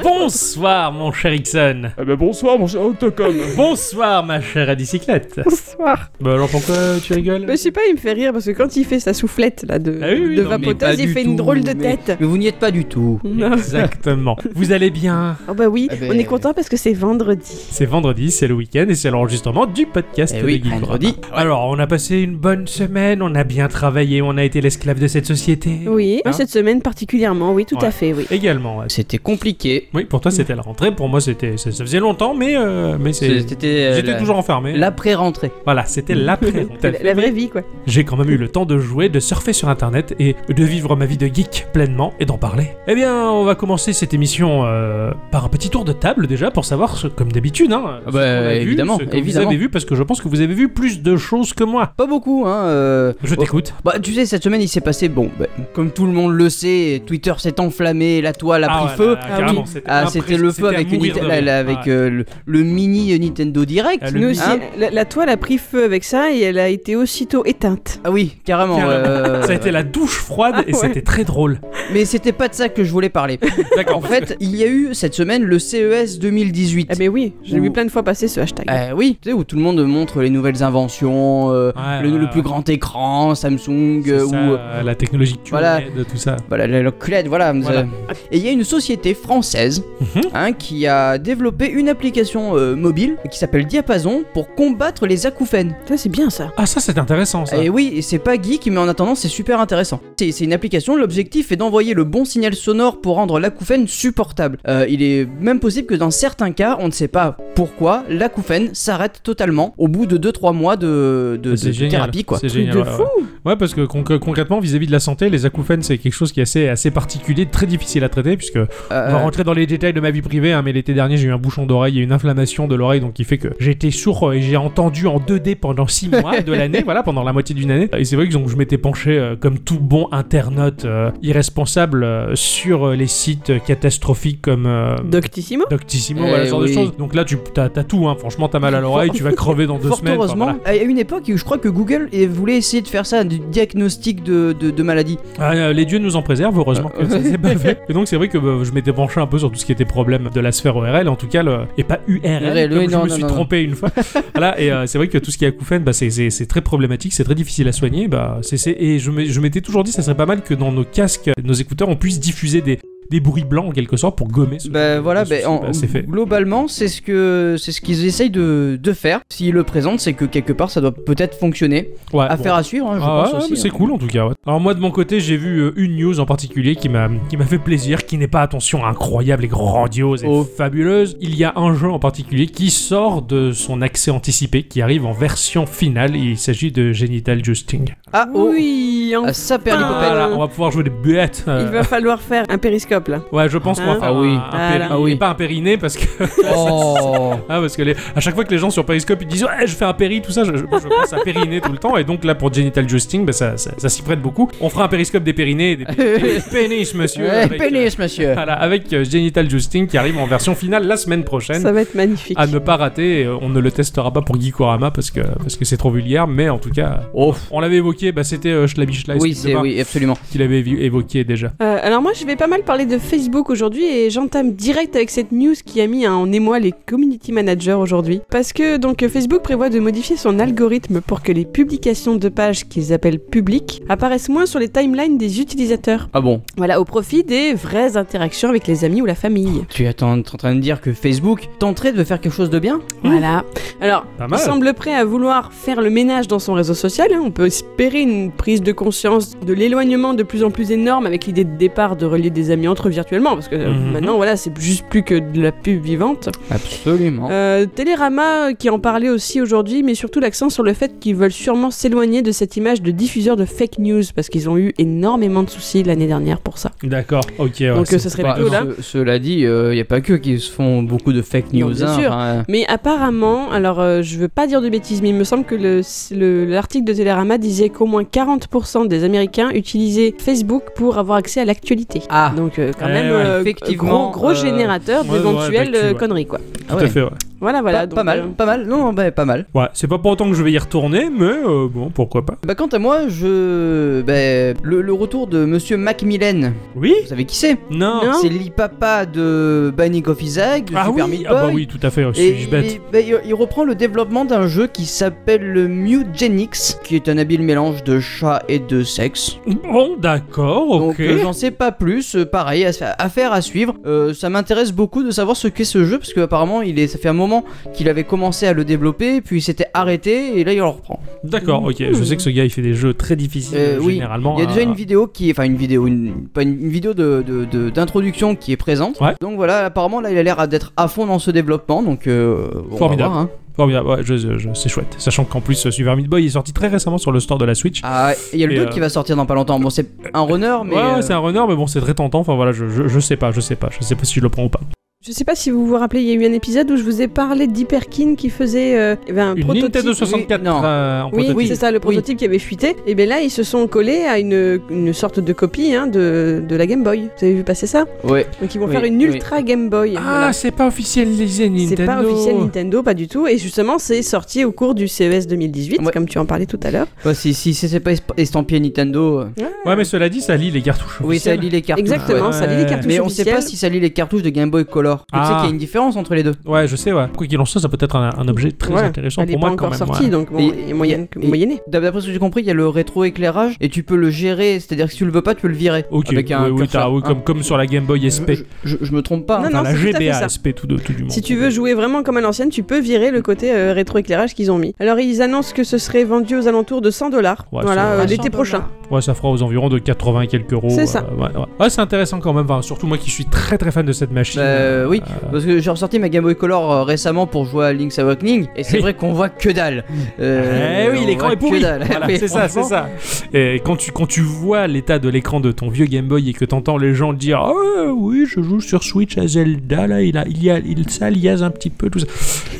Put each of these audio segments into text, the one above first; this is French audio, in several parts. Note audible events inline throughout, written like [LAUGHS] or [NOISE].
Bonsoir, mon cher Ixon. Eh ben bonsoir mon cher Autocom. Bonsoir, ma chère à bicyclette. [LAUGHS] Bonsoir. Bah alors pourquoi tu rigoles Mais je sais pas, il me fait rire parce que quand il fait sa soufflette là de, Ah oui, oui, de non, mais vapoteuse, il fait une drôle de tête. Mais vous n'y êtes pas du tout. Non. Exactement. Vous allez bien Oh bah oui, Ah ben- on est content parce que c'est vendredi. C'est vendredi, c'est le week-end et c'est l'enregistrement du podcast Eh oui, de Geekorama. vendredi. Alors, on a passé une bonne semaine, on a bien travaillé, on a été l'esclave de cette société. Oui, Hein cette semaine particulièrement, oui, tout Ouais. à fait, oui. Également, ouais. C'était compliqué. Oui, pour toi c'était la rentrée, pour moi c'était ça, ça faisait longtemps, mais euh, mais c'est C'était euh, j'étais la- toujours enfermé. l'après-rentrée. Voilà, c'était [LAUGHS] l'après. La, la vraie vie quoi. J'ai quand même eu le temps de jouer, de surfer sur internet et de vivre ma vie de geek pleinement et d'en parler. Eh bien, on va commencer cette émission euh, par un petit tour de table déjà pour savoir, ce- comme d'habitude, hein, Ah bah, ce qu'on a vu, évidemment, ce que évidemment. vous avez vu, parce que je pense que vous avez vu plus de choses que moi. Pas beaucoup, hein. euh, Je oh, t'écoute. Bah, tu sais, cette semaine, il s'est passé, bon, bah, comme tout le monde le sait, Twitter s'est enflammé, la toile a Ah pris ouais, feu. là, Ah là, carrément, oui. c'était Ah, c'était le impré- feu avec, à mourir Nite- de la- rire. la- avec Ouais. euh, le, le mini Nintendo Direct. Ah, Ah, le Nous mini- aussi, la, la toile a pris feu avec ça et elle a été aussitôt éteinte. Ah oui, carrément. Carrément. euh, Ah. Ça a été la douche froide Ah et ouais. c'était très drôle. Mais c'était pas de ça que je [LAUGHS] voulais parler. D'accord. en fait, il y a eu cette semaine le E CES 2018. Ah mais oui, je l'ai Ou- vu plein de fois passer ce hashtag. Euh, oui, tu sais, où tout le monde montre les nouvelles inventions, euh, Ouais, le, ouais, le ouais. plus grand écran, Samsung, C'est euh, ça, ou euh, la technologie QLED, voilà. tout ça. voilà, la, la QLED, voilà. Euh, Voilà. Et il y a une société française Mhm. hein, qui a développé une application euh, mobile qui s'appelle Diapason pour combattre les acouphènes. Ça c'est bien ça. Ah ça c'est intéressant ça. Et Eh oui, et c'est pas geek, mais en attendant, c'est super intéressant. C'est c'est une application, l'objectif est d'envoyer le bon signal sonore pour rendre l'acouphène supportable. Euh, il est même possible que dans certains cas, on ne sait pas pourquoi, l'acouphène s'arrête totalement au bout de 2-3 mois de, de- Ah, C'est de génial. thérapie, quoi. C'est Truc génial. de ouais, fou. ouais. Ouais, parce que conc- concrètement, vis-à-vis de la santé, les acouphènes, c'est quelque chose qui est assez, assez particulier, très difficile à traiter, puisque on va Euh, rentrer dans les détails de ma vie privée, hein, mais l'été dernier, j'ai eu un bouchon d'oreille et une inflammation de l'oreille, donc qui fait que j'étais sourd euh, et j'ai entendu en 2D pendant 6 mois [LAUGHS] de l'année, voilà, pendant la moitié d'une année. Et c'est vrai que donc, je m'étais penché, euh, comme tout bon internaute euh, irresponsable, euh, sur euh, les sites catastrophiques comme... euh, Doctissimo. Doctissimo, Eh voilà, ce genre de oui. choses. Donc là, tu t'as t'as tout, hein. franchement, t'as mal à l'oreille, tu vas crever dans deux Fort semaines. enfin, heureusement, voilà. à une époque où je crois que Google eh, voulait essayer de faire ça, du diagnostic de, de, de maladie. Ah, euh, les dieux nous en préservent, heureusement Ah, que ça s'est pas fait. Et donc c'est vrai que bah, je m'étais penché un peu sur tout ce qui était problème de la sphère ORL, en tout cas, le- et pas URL, URL, comme oui, je non, me non, suis non, trompé une [LAUGHS] fois. voilà, et euh, c'est vrai que tout ce qui est acouphène, bah, c'est- c'est c'est très problématique, c'est très difficile à soigner. Bah, c'est c'est- et je m'ai- je m'étais toujours dit, ça serait pas mal que dans nos casques, nos écouteurs, on puisse diffuser des, des bruits blancs en quelque sorte pour gommer ce Bah voilà, ce bah, souci. en- Bah, c'est fait. globalement, c'est ce que c'est ce qu'ils essayent de, de faire. S'ils le présentent, c'est que quelque part, ça doit peut-être fonctionner. Ouais, bon. Affaire à suivre, hein, je Ah pense ouais, aussi. mais c'est hein. cool en tout cas. ouais. Alors moi de mon côté, j'ai vu euh, une news en particulier qui m'a qui m'a fait plaisir, qui n'est pas attention incroyable et grandiose et Oh. fabuleuse. Il y a un jeu en particulier qui sort de son accès anticipé, qui arrive en version finale. Il s'agit de Genital Justing. Ah oh, Oui, en- ah, ça perd les Ah. popettes. Voilà, on va pouvoir jouer des bêtes. euh, il va falloir faire un périscope là. Ouais, je pense qu'on va Ah. faire Ah oui. un, un Voilà. péri- Ah oui. pas un périné parce que Oh. ah, parce que les- à chaque fois que les gens sur Periscope ils disent ouais je fais un péri tout ça, je, je- moi, je pense à périner tout le temps et donc là pour Genital Justing bah, ça, ça, ça s'y prête beaucoup. On fera un Periscope des périnés, et des, [LAUGHS] des pénis monsieur. Eh, avec, euh, pénis, monsieur. Voilà, avec euh, Genital Justing qui arrive en version finale la semaine prochaine. Ça va être magnifique. À ne pas rater, Et, euh, on ne le testera pas pour Geekorama parce que parce que c'est trop vulgaire, mais en tout cas, Oh. on l'avait évoqué, bah c'était euh, Schlabischleis Oui, Steve c'est Debord, oui, absolument. qui l'avait évi- évoqué déjà. Euh, alors moi je vais pas mal parler de Facebook aujourd'hui et j'entame direct avec cette news qui a mis en émoi les community managers aujourd'hui. Parce que donc Facebook prévoit de modifier son algorithme pour que les publications de pages qu'ils appellent publiques apparaissent moins sur les timelines des utilisateurs. Ah bon Voilà, au profit des vraies interactions avec les amis ou la famille. Tu es en t'es en train de dire que Facebook tenterait de faire quelque chose de bien Voilà. Alors, Pas il mal. semble prêt à vouloir faire le ménage dans son réseau social. hein. On peut espérer une prise de conscience de l'éloignement de plus en plus énorme avec l'idée de départ de relier des amis entre eux virtuellement. Parce que euh, Mhm. Oh. maintenant, voilà, c'est juste plus que de la pub vivante. Absolument. Euh, Télérama euh, qui en parlait aussi aujourd'hui, mais surtout l'accent sur le fait qu'ils veulent sûrement s'éloigner de cette image de diffuseur de fake news parce qu'ils ont eu énormément de soucis l'année dernière pour ça. D'accord, ok. ouais, Donc, c'est- euh, ce serait Bah, plutôt non. là. Ce- cela dit, il n'y a pas que qui se font beaucoup de fake Non, news. bien hein, sûr. enfin, euh, Mais apparemment, alors euh, je veux pas dire de bêtises, mais il me semble que le- le- l'article de Télérama disait qu'au moins 40% des Américains utilisaient Facebook pour avoir accès à l'actualité. Ah, Donc euh, quand Eh même, ouais. euh, gros, Effectivement, gros euh, générateur ouais, ouais, d'éventuelles d'actu, euh, ouais. conneries quoi. tout ah ouais. à fait. Ouais, Voilà, voilà. pas, donc, pas mal, euh, pas mal. Non, non, bah, pas mal. Ouais, c'est pas pour autant que je vais y retourner, mais euh, bon, pourquoi pas. Bah, quant à moi, je. Bah, le, le retour de monsieur Macmillan, Oui vous savez qui c'est Non, Non. C'est l'ipapa de Banning of Isaac, de Ah Super oui Meat Ah bah Boy. oui, tout à fait, je Et suis il, bête. est- bah, il- il reprend le développement d'un jeu qui s'appelle le Mugenics, qui est un habile mélange de chat et de sexe. Bon, d'accord, Donc ok. euh, j'en sais pas plus, euh, pareil, à- affaire à suivre. Euh, ça m'intéresse beaucoup de savoir ce qu'est ce jeu, parce que apparemment il est, ça fait un moment qu'il avait commencé à le développer, puis il s'était arrêté, et là il en reprend. D'accord, ok. Je sais que ce gars, il fait des jeux très difficiles, Euh, oui. généralement. Il y a déjà à- une vidéo qui est, enfin une vidéo, une, pas une, une vidéo de- de- de- d'introduction qui est présente. Ouais. Donc voilà, apparemment là il a l'air d'être à fond dans ce développement, donc euh, on va Formidable. voir, hein. Formidable, ouais, je- je- je- c'est chouette. Sachant qu'en plus, euh, Super Meat Boy est sorti très récemment sur le store de la Switch. Ah, il y a le Et, 2 euh, qui va sortir dans pas longtemps. Bon, c'est un runner, mais. ouais, ouais, euh, c'est un runner, mais bon, c'est très tentant. Enfin voilà, je, je, je sais pas, je sais pas, je sais pas si je le prends ou pas. Je sais pas si vous vous rappelez, il y a eu un épisode où je vous ai parlé d'Hyperkin qui faisait euh, eh ben, un Une prototype. Nintendo 64 oui, non. euh, en Oui, prototype. c'est ça, le prototype qui avait fuité. Et bien là, ils se sont collés à une, une sorte de copie hein, de, de la Game Boy. Vous avez vu passer ça Ouais. Donc ils vont Oui, faire une oui. ultra Game Boy. Ah, Voilà. c'est pas officialisé Nintendo. C'est pas officiel Nintendo, pas du tout. Et justement, c'est sorti au cours du E CES 2018, Ouais. comme tu en parlais tout à l'heure. Ouais, Bah, si si, si c'est pas esp- estampillé Nintendo. euh, Ouais, mais cela dit, ça lit les cartouches. Oui, ça officielles. lit les cartouches. Exactement, ouais. ça lit les Ouais. cartouches Mais on sait officielles. pas si ça lit les cartouches de Game Boy Color. Tu sais Ah. qu'il y a une différence entre les deux. Ouais, je sais, ouais. Quoi qu'il en soit, ça peut être un, un objet très Ouais, intéressant Elle est pour pas moi quand encore même. sortie, ouais. donc bon, Et- il y a moyen que et- moyenner. D'ab- D'après ce que j'ai compris, il y a le rétroéclairage et tu peux le gérer. C'est-à-dire que si tu le veux pas, tu peux le virer. Ok, Avec un oui, oui, curseur, t'as- oui, hein. comme, comme sur la Game Boy Je, SP. je- je me trompe pas. Non, hein. Enfin, la c'est tout à fait GBA ça. SP tout, de, tout du monde. Si tu veux jouer vraiment comme à l'ancienne, tu peux virer le côté euh, rétroéclairage qu'ils ont mis. Alors ils annoncent que ce serait vendu aux alentours de 100 dollars, Ouais, voilà, c'est- euh, Ah, l'été prochain. Ouais, ça fera aux environs de 80 et quelques euros. C'est ça. euh, ouais, ouais. Ouais, c'est intéressant quand même. Enfin, surtout moi qui suis très très fan de cette machine. Bah, Euh, oui, parce que j'ai ressorti ma Game Boy Color euh, récemment pour jouer à Link's Awakening et c'est Oui. vrai qu'on voit que dalle. Eh Euh, oui, on l'écran voit est pourri. que dalle. [LAUGHS] [LAUGHS] Voilà, Oui, c'est ça, c'est franchement. ça. Et quand tu, quand tu vois l'état de l'écran de ton vieux Game Boy et que t'entends les gens dire Ah oui, je joue sur Switch à Zelda, là, il, a, il, y a, il, ça liase un petit peu, tout ça.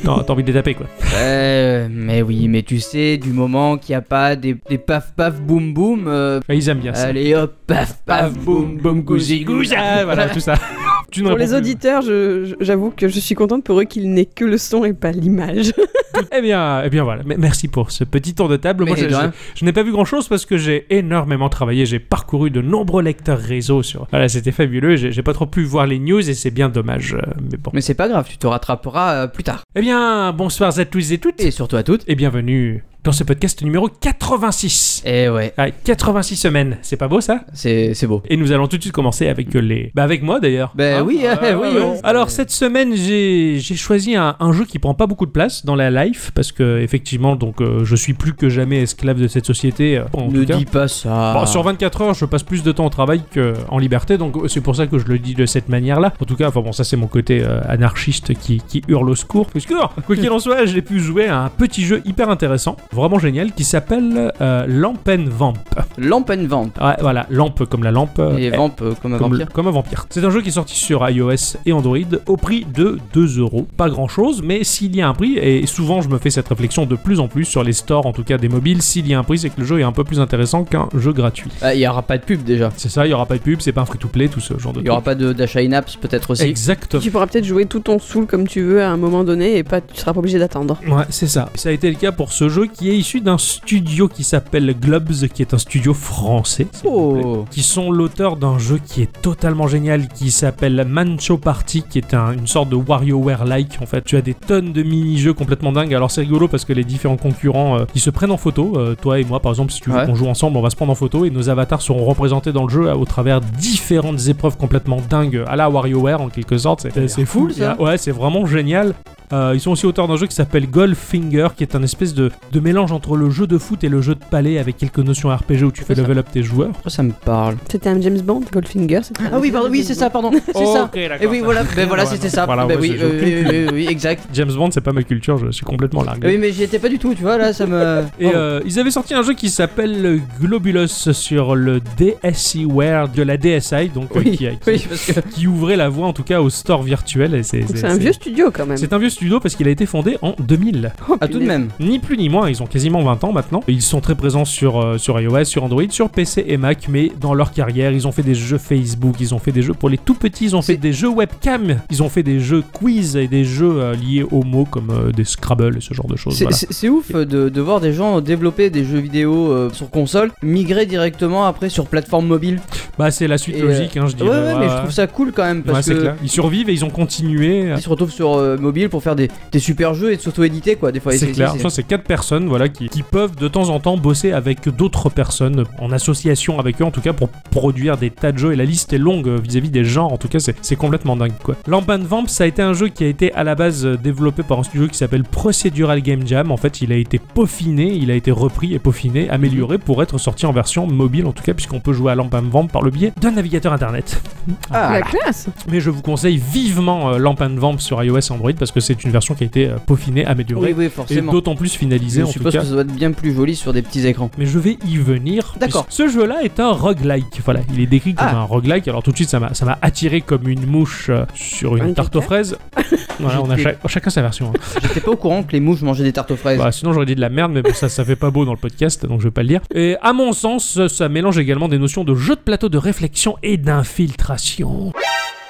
Non, t'as envie de les taper, quoi. Euh, mais oui, mais tu sais, du moment qu'il n'y a pas des, des paf paf boum boum, euh, Ouais, ils aiment bien ça. allez hop, paf paf boum boum gouzi gouza, Ah, voilà, tout [LAUGHS] ça. Tu ne Pour réponds les plus. auditeurs, je- je- j'avoue que je suis contente pour eux qu'il n'ait que le son et pas l'image. Eh bien, eh bien voilà. Mais Merci pour ce petit tour de table. Moi, Mais je, de je- rien. je n'ai pas vu grand-chose parce que j'ai énormément travaillé. J'ai parcouru de nombreux lecteurs réseaux sur. Voilà, c'était fabuleux. J'ai j'ai pas trop pu voir les news et c'est bien dommage. euh, Mais bon. Mais c'est pas grave, tu te rattraperas euh, plus tard. Eh bien, bonsoir à tous et toutes Et surtout à toutes. et bienvenue dans ce podcast numéro 86. Et ouais, Ah, 86 semaines, c'est pas beau ça c'est c'est beau. Et nous allons tout de suite commencer avec les. Bah, avec moi d'ailleurs. Ben Hein [LAUGHS] oui, Euh, oui. ouais, on- ouais. Alors cette semaine, j'ai j'ai choisi un, un jeu qui prend pas beaucoup de place dans la life parce que effectivement, donc euh, je suis plus que jamais esclave de cette société. euh, en ne tout cas. dis pas ça. Bon, sur 24 heures, je passe plus de temps au travail qu'en liberté, donc euh, c'est pour ça que je le dis de cette manière-là. En tout cas, enfin bon, ça c'est mon côté euh, anarchiste qui, qui hurle au secours. Parce que, non, [LAUGHS] quoi qu'il en soit, j'ai pu jouer à un petit jeu hyper intéressant, vraiment génial, qui s'appelle euh, Lampen Vamp. Lamp and Vamp. Ouais, voilà, lampe comme la lampe. euh, Et eh, Vamp euh, comme un comme, le- vampire. comme un vampire. C'est un jeu qui est sorti sur iOS et Android au prix de 2 euros. Pas grand chose, mais s'il y a un prix, et souvent je me fais cette réflexion de plus en plus sur les stores, en tout cas des mobiles, s'il y a un prix, c'est que le jeu est un peu plus intéressant qu'un jeu gratuit. Ah, Il y aura pas de pub déjà. C'est ça, il n'y aura pas de pub, c'est pas un free-to-play, tout ce genre de Il y aura truc. pas de d'achat in-apps peut-être aussi. Exactement. tu pourras peut-être jouer tout ton soul comme tu veux à un moment donné et pas, tu seras pas obligé d'attendre. Ouais, c'est ça. Ça a été le cas pour ce jeu qui est issu d'un studio qui s'appelle Globes, qui est un studio français. s'il vous plaît. Oh. qui sont l'auteur d'un jeu qui est totalement génial, qui s'appelle Mancho Party, qui est un- une sorte de WarioWare-like. En fait, tu as des tonnes de mini-jeux complètement dingues. Alors c'est rigolo parce que les différents concurrents, euh, ils se prennent en photo. Euh, toi et moi, par exemple, si tu veux Ouais. qu'on joue ensemble, on va se prendre en photo et nos avatars seront représentés dans le jeu euh, au travers différentes épreuves complètement dingues à la WarioWare en quelque sorte. C'est- C'est fou, cool, ça. Ouais, c'est vraiment génial. Euh, ils sont aussi auteurs d'un jeu qui s'appelle Goldfinger, qui est un espèce de, de mélange entre le jeu de foot et le jeu de palais avec quelques notions RPG où tu fais Ça- level up tes joueurs. Pourquoi ça me parle C'était un James Bond, Goldfinger. c'était un- Ah oui, pardon, oui, c'est ça, pardon. C'est Ok, ça. Oh, d'accord, Et oui, ça voilà, fait ben rien voilà, à voir, c'était non. ça. Voilà, ben ouais, oui, j'ai aucune oui, oui, oui, exact. James Bond, c'est pas ma culture, je suis complètement largué. Oui, mais j'y étais pas du tout, tu vois, là, ça [LAUGHS] me. Et euh, ils avaient sorti un jeu qui s'appelle Globulos sur le DSiWare de la DSi, donc euh, oui, qui, a- qui- oui, parce [LAUGHS] que. qui ouvrait la voie en tout cas au store virtuel. et C'est Donc c'est- c'est un c'est- vieux studio quand même. C'est un vieux studio parce qu'il a été fondé en 2000. Oh, Ah, tout de punaise. même. Ni plus ni moins, ils ils ont quasiment 20 ans maintenant. Ils sont très présents sur, euh, sur iOS, sur Android, sur PC et Mac, mais dans leur carrière, ils ont fait des jeux Facebook, ils ont fait des jeux pour les tout petits, ils ont fait C'est- des jeux webcam, ils ont fait des jeux quiz et des jeux euh, liés aux mots comme euh, des Scrabble et ce genre de choses. C'est Oh, Voilà. c'est- c'est ouf euh, de, de voir des gens développer des jeux vidéo euh, sur console, migrer directement après sur plateforme mobile. Bah, c'est la suite Et, euh, logique, hein, je Ouais, dirais. ouais, mais je trouve ça cool quand même Ouais, parce c'est que clair. Ils survivent et ils ont continué. ils se retrouvent sur euh, mobile pour faire des, des super jeux et de s'auto-éditer quoi. Des fois, Et C'est clair. Ça, c'est quatre personnes voilà, qui, qui peuvent de temps en temps bosser avec d'autres personnes, en association avec eux en tout cas, pour produire des tas de jeux. Et la liste est longue euh, vis-à-vis des genres, en tout cas, c'est c'est complètement dingue. quoi. Lampan Vamp, ça a été un jeu qui a été à la base euh, développé par un studio qui s'appelle Procedural Game Jam. En fait, il a été peaufiné, il a été repris et peaufiné, amélioré pour être sorti en version mobile, en tout cas, puisqu'on peut jouer à Lampan Vamp par le biais d'un navigateur internet. Ah, La classe Mais je vous conseille vivement euh, Lamp and Vamp sur iOS et Android parce que c'est une version qui a été euh, peaufinée, améliorée oui, oui, et forcément. d'autant plus finalisée Je en tout suppose cas. que ça doit être bien plus joli sur des [LAUGHS] petits écrans. Mais je vais y venir. D'accord. Ce jeu-là est un roguelike. Voilà, il est décrit comme Ah. un roguelike. Alors tout de suite, ça m'a ça m'a attiré comme une mouche euh, sur une Un tarte aux fraises. voilà, on a cha- chacun sa version. hein. J'étais pas au courant que les mouches mangeaient des tartes aux fraises. Bah, sinon j'aurais dit de la merde, mais bon, ça, ça fait pas beau dans le podcast, donc je vais pas le dire. Et à mon sens, ça mélange également des notions de jeu de plateau, de réflexion et d'infiltration.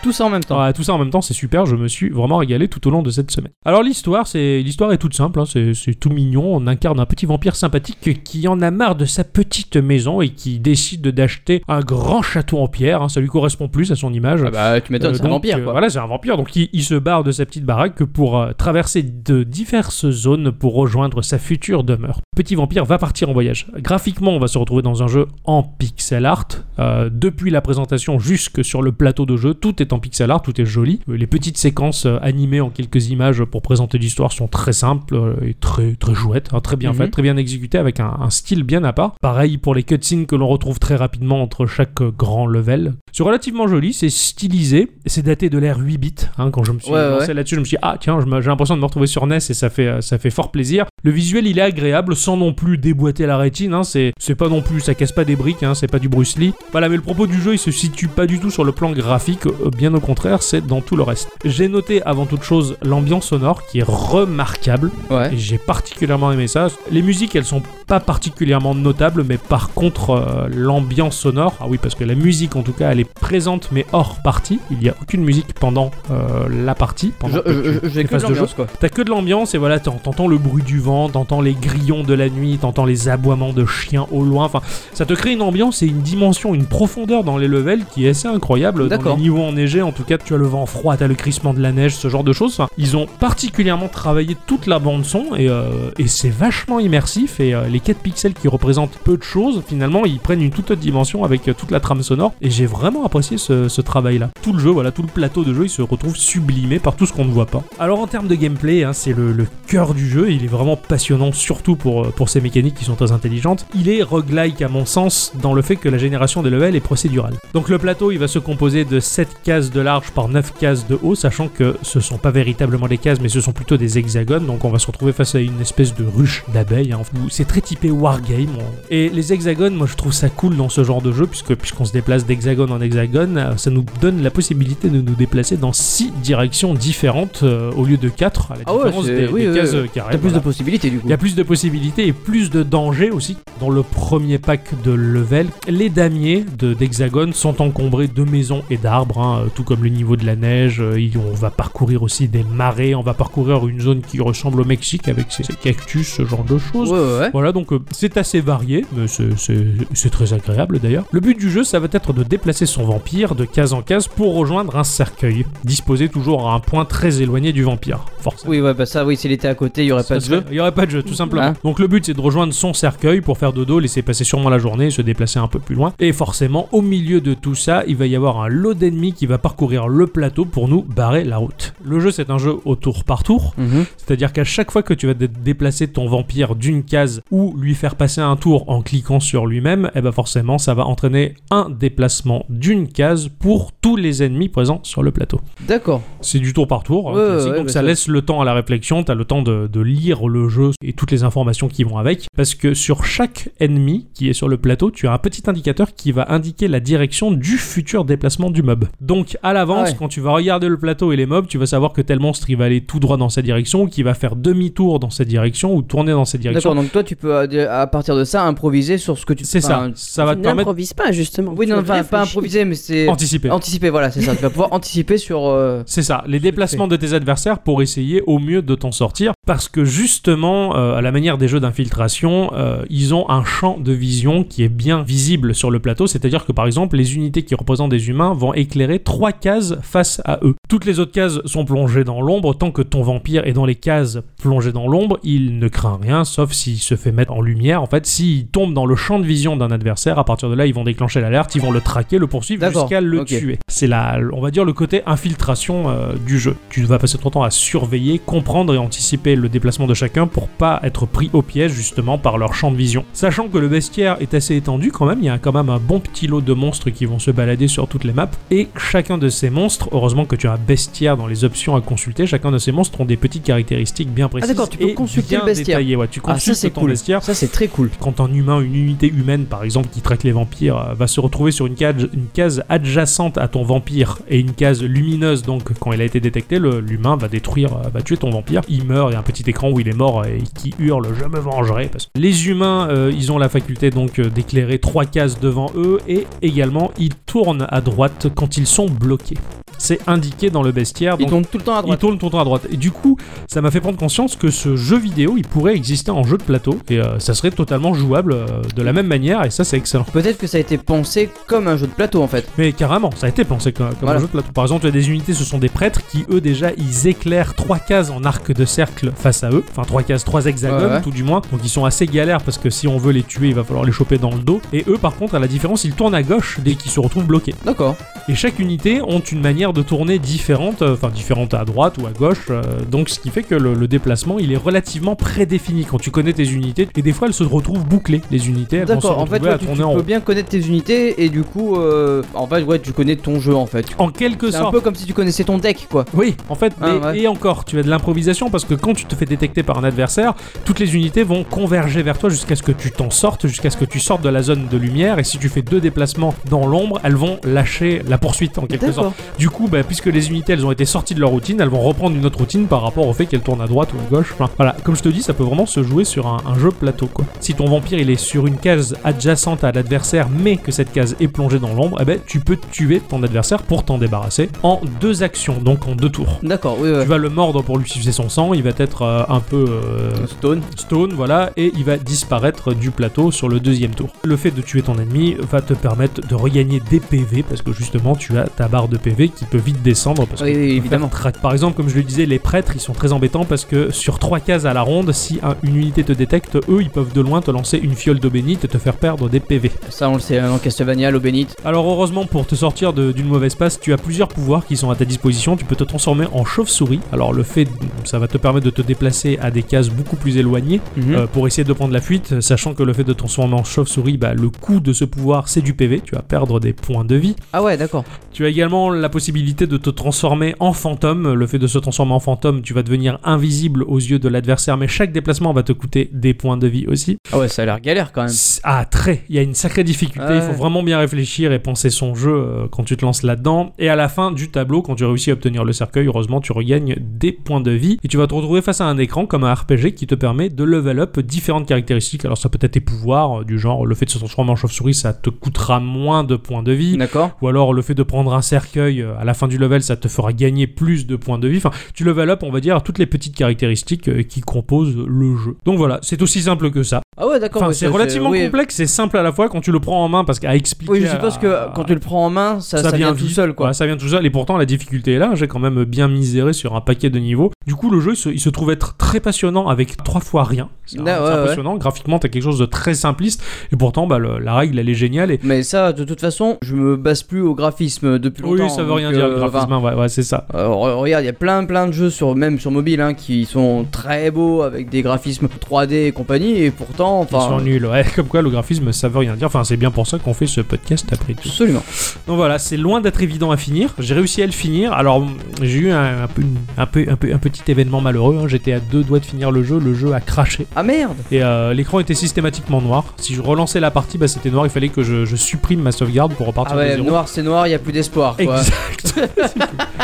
Tout ça en même temps. Ah, tout ça en même temps, c'est super. Je me suis vraiment régalé tout au long de cette semaine. Alors l'histoire, c'est l'histoire est toute simple. hein, c'est c'est tout mignon. On incarne un petit vampire sympathique qui en a marre de sa petite maison et qui décide d'acheter un grand château en pierre. hein, ça lui correspond plus à son image. Ah bah, tu m'étonnes, Euh, c'est un donc, vampire euh, quoi. voilà, c'est un vampire. Donc il, il se barre de sa petite baraque pour euh, traverser de diverses zones pour rejoindre sa future demeure. Petit vampire va partir en voyage. Graphiquement, on va se retrouver dans un jeu en pixel art. Euh, depuis la présentation jusque sur le plateau de jeu, tout est en pixel art, tout est joli. Euh, Les petites séquences euh, animées en quelques images pour présenter l'histoire sont très simples euh, et très très jouettes, hein, très bien Mhm. faites, très bien exécutées avec un, un style bien à part. Pareil pour les cutscenes que l'on retrouve très rapidement entre chaque euh, grand level. C'est relativement joli, c'est stylisé, c'est daté de l'ère 8 bits. hein, quand je me suis Ouais, ouais, lancé là-dessus, je me suis dit, ah tiens, je me- j'ai l'impression de me retrouver sur NES et ça fait, euh, ça fait fort plaisir. Le visuel, il est agréable sans non plus déboîter la rétine. hein, c'est c'est pas non plus, ça casse pas des briques, hein, c'est pas du Bruce Lee. Voilà, mais le propos du jeu, il se situe pas du tout sur le plan graphique, euh, bien au contraire, c'est dans tout le reste. J'ai noté avant toute chose l'ambiance sonore qui est remarquable. Ouais. Et j'ai particulièrement aimé ça. Les musiques, elles sont pas particulièrement notables, mais par contre, euh, l'ambiance sonore, ah oui, parce que la musique en tout cas, elle est présente mais hors partie. Il n'y a aucune musique pendant euh, la partie. Pendant Je- que tu- je- je- J'ai les que de phases de jeu. l'ambiance quoi. T'as que de l'ambiance et voilà, t'en- t'entends le bruit du vent, t'entends les grillons de la nuit, t'entends les aboiements de chiens au loin. Enfin, ça te crée une ambiance et une dimension, une profondeur dans les levels qui est assez incroyable. Dans D'accord. les niveaux enneigés, en tout cas, tu as le vent froid, t'as le crissement de la neige, ce genre de choses. Enfin, ils ont particulièrement travaillé toute la bande son et, euh, et c'est vachement immersif. Et euh, les 4 pixels qui représentent peu de choses, finalement, ils prennent une toute autre dimension avec euh, toute la trame sonore. Et j'ai vraiment apprécié ce, ce travail-là. Tout le jeu, voilà, tout le plateau de jeu, il se retrouve sublimé par tout ce qu'on ne voit pas. Alors en termes de gameplay, hein, c'est le, le cœur du jeu. Il est vraiment passionnant, surtout pour, euh, pour ses mécaniques qui sont très intelligentes. Il est roguelike à mon sens dans le fait que la génération des levels est procédurale. Donc le plateau, il va se composer de 7 cases de large par 9 cases de haut, sachant que ce sont pas véritablement des cases, mais ce sont plutôt des hexagones. Donc on va se retrouver face à une espèce de ruche d'abeilles. hein, où c'est très typé wargame. on- Et les hexagones, moi je trouve ça cool dans ce genre de jeu, puisque puisqu'on se déplace d'hexagone en hexagone, euh, ça nous donne la possibilité de nous déplacer dans 6 directions différentes euh, au lieu de 4 à la Ah ouais, différence c'est- des, oui, des oui, cases oui. euh, carrées. T'as plus voilà. de possibilités du coup. Il y a plus de possibilités et plus de dangers aussi. Dans le premier pack de level, les damiers de- d'Hexagone sont encombrés de maisons et d'arbres, hein, euh, tout comme le niveau de la neige. Euh, et On va parcourir aussi des marais, on va parcourir une zone qui ressemble au Mexique avec ses ses cactus, ce genre de choses. Ouais, ouais, ouais. Voilà, donc euh, c'est assez varié, mais c'est- c'est c'est très agréable d'ailleurs. Le but du jeu, ça va être de déplacer son vampire de case en case pour rejoindre un cercueil, disposé toujours à un point très éloigné du vampire, forcément. Oui, ouais, bah ça, oui, s'il était à côté, il y aurait pas de jeu. Il n'y aurait pas de jeu, tout simplement. Hein Donc le but, c'est de rejoindre son cercueil pour faire dodo, laisser passer sûrement la journée, se déplacer un peu plus loin. Et forcément, au milieu de tout ça, il va y avoir un lot d'ennemis qui va parcourir le plateau pour nous barrer la route. Le jeu, c'est un jeu au tour par tour. Mhm. C'est-à-dire qu'à chaque fois que tu vas dé- déplacer ton vampire d'une case ou lui faire passer un tour en cliquant sur lui-même, eh ben forcément ça va entraîner un déplacement d'une case pour tous les ennemis présents sur le plateau. D'accord. C'est du tour par tour, hein, Ouais, classique, ouais, donc bah ça ça- laisse le temps à la réflexion, t'as le temps de, de lire le jeu et toutes les informations qui vont avec, parce que sur chaque ennemi qui est sur le plateau, tu as un petit indicateur qui va indiquer la direction du futur déplacement du mob. Donc à l'avance, Ah ouais. quand tu vas regarder le plateau et les mobs, tu vas savoir que tel monstre il va aller tout droit dans sa direction, ou qu'il va faire demi-tour dans sa direction ou tourner dans sa direction. D'accord, donc toi tu peux à à partir de ça improviser sur ce que tu C'est ça, enfin, ça va Tu te permettre N'improvise pas, justement. Oui, Tu non, enfin, réfléchis. pas improviser, mais c'est d'anticiper. anticiper, voilà, c'est ça. Tu vas pouvoir anticiper sur. euh, C'est ça, les déplacements de tes adversaires pour essayer au mieux de t'en sortir, parce que justement, euh, à la manière des jeux d'infiltration, euh, ils ont un champ de vision qui est bien visible sur le plateau, c'est-à-dire que par exemple, les unités qui représentent des humains vont éclairer trois cases face à eux. Toutes les autres cases sont plongées dans l'ombre, tant que ton vampire est dans les cases plongées dans l'ombre, il ne craint rien, sauf s'il se fait mettre en lumière. En fait, s'il tombe dans le champ de vision d'un adversaire, à partir de là, ils vont déclencher l'alerte, ils vont le traquer, le poursuivre D'accord, jusqu'à le ok. tuer tuer. C'est la, on va dire, le côté infiltration euh, du jeu. Tu vas passer ton temps à surveiller, comprendre et anticiper le déplacement de chacun pour pas être pris au piège justement par leur champ de vision. Sachant que le bestiaire est assez étendu quand même, il y a quand même un bon petit lot de monstres qui vont se balader sur toutes les maps et chacun de ces monstres, heureusement que tu as un bestiaire dans les options à consulter, chacun de ces monstres ont des petites caractéristiques bien précises. Ah, d'accord, tu peux et consulter le bien bestiaire. détaillées. Ouais, tu Ah, consultes ça c'est ton cool. bestiaire Ça c'est très cool. quand un humain, une unité humaine par exemple qui traque les vampires, euh, va se retrouver sur une case, une case adjacente à ton vampire et une case lumineuse, donc quand il a été détecté, le- l'humain va détruire, euh, va tuer ton vampire. Il meurt, il y a un petit écran où il est mort euh, et qui hurle Je me vengerai. Parce que les humains, euh, ils ont la faculté donc euh, d'éclairer trois cases devant eux et également ils tournent à droite quand ils sont bloqués. C'est indiqué dans le bestiaire. Ils donc- tournent tout le temps à il droite. tourne ton temps à droite. Et du coup, ça m'a fait prendre conscience que ce jeu vidéo, il pourrait exister en jeu de plateau et euh, ça serait totalement jouable euh, de la même manière et ça, c'est excellent. Peut-être que ça a été pensé comme un jeu de plateau en fait. Mais carrément, ça a été pensé comme, comme Voilà. un jeu de plateau. Par exemple, tu as des unités, ce sont des prêtres qui, eux, déjà, ils éclairent trois cases en arc de cercle face à eux. Enfin, trois cases, trois hexagones, Ouais, ouais. tout du moins. Donc, ils sont assez galères parce que si on veut les tuer, il va falloir les choper dans le dos. Et eux, par contre, à la différence, ils tournent à gauche dès qu'ils se retrouvent bloqués. D'accord. Et chaque unité ont une manière de tourner différente, euh, enfin différente à droite ou à gauche, euh, donc ce qui fait que le, le déplacement il est relativement prédéfini quand tu connais tes unités, et des fois elles se retrouvent bouclées, les unités elles vont se D'accord. En fait, retrouver ouais, à tu, tu tourner en peux rond. bien connaître tes unités et du coup, euh, en fait, ouais, tu connais ton jeu en fait. En quelque C'est un sorte. peu comme si tu connaissais ton deck quoi. Oui, en fait, Ah, mais- ouais. et encore, tu as de l'improvisation parce que quand tu te fais détecter par un adversaire, toutes les unités vont converger vers toi jusqu'à ce que tu t'en sortes, jusqu'à ce que tu sortes de la zone de lumière, et si tu fais deux déplacements dans l'ombre, elles vont lâcher la poursuite en quelque sorte. D'accord. Du coup, bah, puisque les unités elles ont été sorties de leur routine, elles vont reprendre une autre routine par rapport au fait qu'elles tournent à droite ou à gauche. Enfin, voilà, comme je te dis, ça peut vraiment se jouer sur un, un jeu plateau quoi. Si ton vampire il est sur une case adjacente à l'adversaire, mais que cette case est plongée dans l'ombre, eh ben tu peux tuer ton adversaire pour t'en débarrasser en deux actions, donc en deux tours. D'accord. Oui, ouais. Tu vas le mordre pour lui sucer son sang, il va être euh, un peu euh, Stone. Stone, voilà, et il va disparaître du plateau sur le deuxième tour. Le fait de tuer ton ennemi va te permettre de regagner des PV parce que justement tu as ta barre de PV qui peut vite descendre parce que Oui, tu oui, peux évidemment. faire traque. Par exemple, comme je le disais, les prêtres ils sont très embêtants parce que sur trois cases à la ronde, si un- une unité te détecte, eux ils peuvent de loin te lancer une fiole d'eau bénite et te faire perdre des PV. Ça, on le sait, hein, en Castlevania, l'eau bénite. Alors heureusement pour te sortir de- d'une mauvaise passe, tu as plusieurs pouvoirs qui sont à ta disposition. Tu peux te transformer en chauve-souris. Alors le fait, de- ça va te permettre de te déplacer à des cases beaucoup plus éloignées. Mhm. Euh, pour essayer de prendre la fuite, sachant que le fait de transformer en chauve-souris, bah, le coût de ce pouvoir, c'est du PV, tu vas perdre des points de vie. Ah ouais, d'accord. Tu as également la possibilité de te transformer en fantôme. Le fait de se transformer en fantôme, tu vas devenir invisible aux yeux de l'adversaire, mais chaque déplacement va te coûter des points de vie aussi. Ah ouais, ça a l'air galère quand même. C'est- Ah, très. Il y a une sacrée difficulté. Ouais. Il faut vraiment bien réfléchir et penser son jeu euh, quand tu te lances là-dedans. Et à la fin du tableau, quand tu réussis à obtenir le cercueil, heureusement, tu regagnes des points de vie. Et tu vas te retrouver face à un écran comme un RPG qui te permet de level up différentes caractéristiques. Alors, ça peut être tes pouvoirs, euh, du genre le fait de se transformer en chauve-souris, ça te coûtera moins de points de vie. D'accord. Ou alors le fait de prendre un cercueil euh, à la fin du level, ça te fera gagner plus de points de vie. Enfin, tu level up, on va dire, toutes les petites caractéristiques euh, qui composent le jeu. Donc voilà, c'est aussi simple que ça. Ah ouais, d'accord. Enfin, ouais, c'est ça- relativement oui. complexe et simple à la fois quand tu le prends en main parce qu'à expliquer. Oui, je suppose à- que quand tu le prends en main, ça, ça, ça vient tout vite. seul, quoi. Ouais, ça vient tout seul. Et pourtant, la difficulté est là. J'ai quand même bien miséré sur un paquet de niveaux. Du coup, le jeu, il se, il se trouve être très passionnant avec trois fois rien. C'est un- Ah, ouais, c'est ouais. impressionnant. Graphiquement, t'as quelque chose de très simpliste. Et pourtant, bah, le- la règle, elle est géniale. Et... Mais ça, de toute façon, je me base plus au graphisme depuis longtemps. Oui, ça veut donc, rien dire. euh, le graphisme, hein. ouais, ouais, c'est ça. enfin, euh, re- regarde, il y a plein plein de jeux sur même sur mobile hein, qui sont très beaux avec des graphismes 3D et compagnie et pourtant Ils sont enfin nuls. Ouais, [LAUGHS] comme quoi, le graphisme, ça veut rien dire. Enfin, c'est bien pour ça qu'on fait ce podcast après tout. absolument. Donc voilà, c'est loin d'être évident à finir. J'ai réussi à le finir. Alors, j'ai eu un, un peu, un, peu, un, peu- un petit événement malheureux. hein. J'étais à deux doigts de finir le jeu. Le jeu a craché. Ah merde. Et euh, l'écran était systématiquement noir. Si je relançais la partie, bah, c'était noir. Il fallait que je, je supprime ma sauvegarde pour repartir Ah ouais, de zéro. noir c'est noir, il y a plus d'espoir quoi. Exact.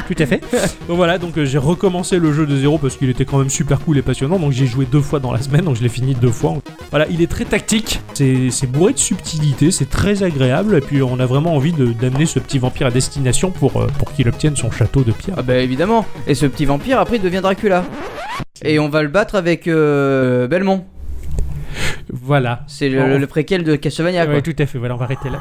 Tout à fait. Donc voilà, donc euh, j'ai recommencé le jeu de zéro parce qu'il était quand même super cool et passionnant. Donc j'ai joué deux fois dans la semaine, donc je l'ai fini deux fois. Voilà, il est très tactique. C'est c'est bourré de subtilité, c'est très agréable. Et puis on a vraiment envie de- d'amener ce petit vampire à destination pour, euh, pour qu'il obtienne son château de pierre. Ah bah évidemment. Et ce petit vampire après il devient Dracula. Et on va le battre avec euh, Belmont. Voilà. C'est le, Bon. le préquel de Castlevania quoi. Ouais, tout à fait. Voilà, on va arrêter là.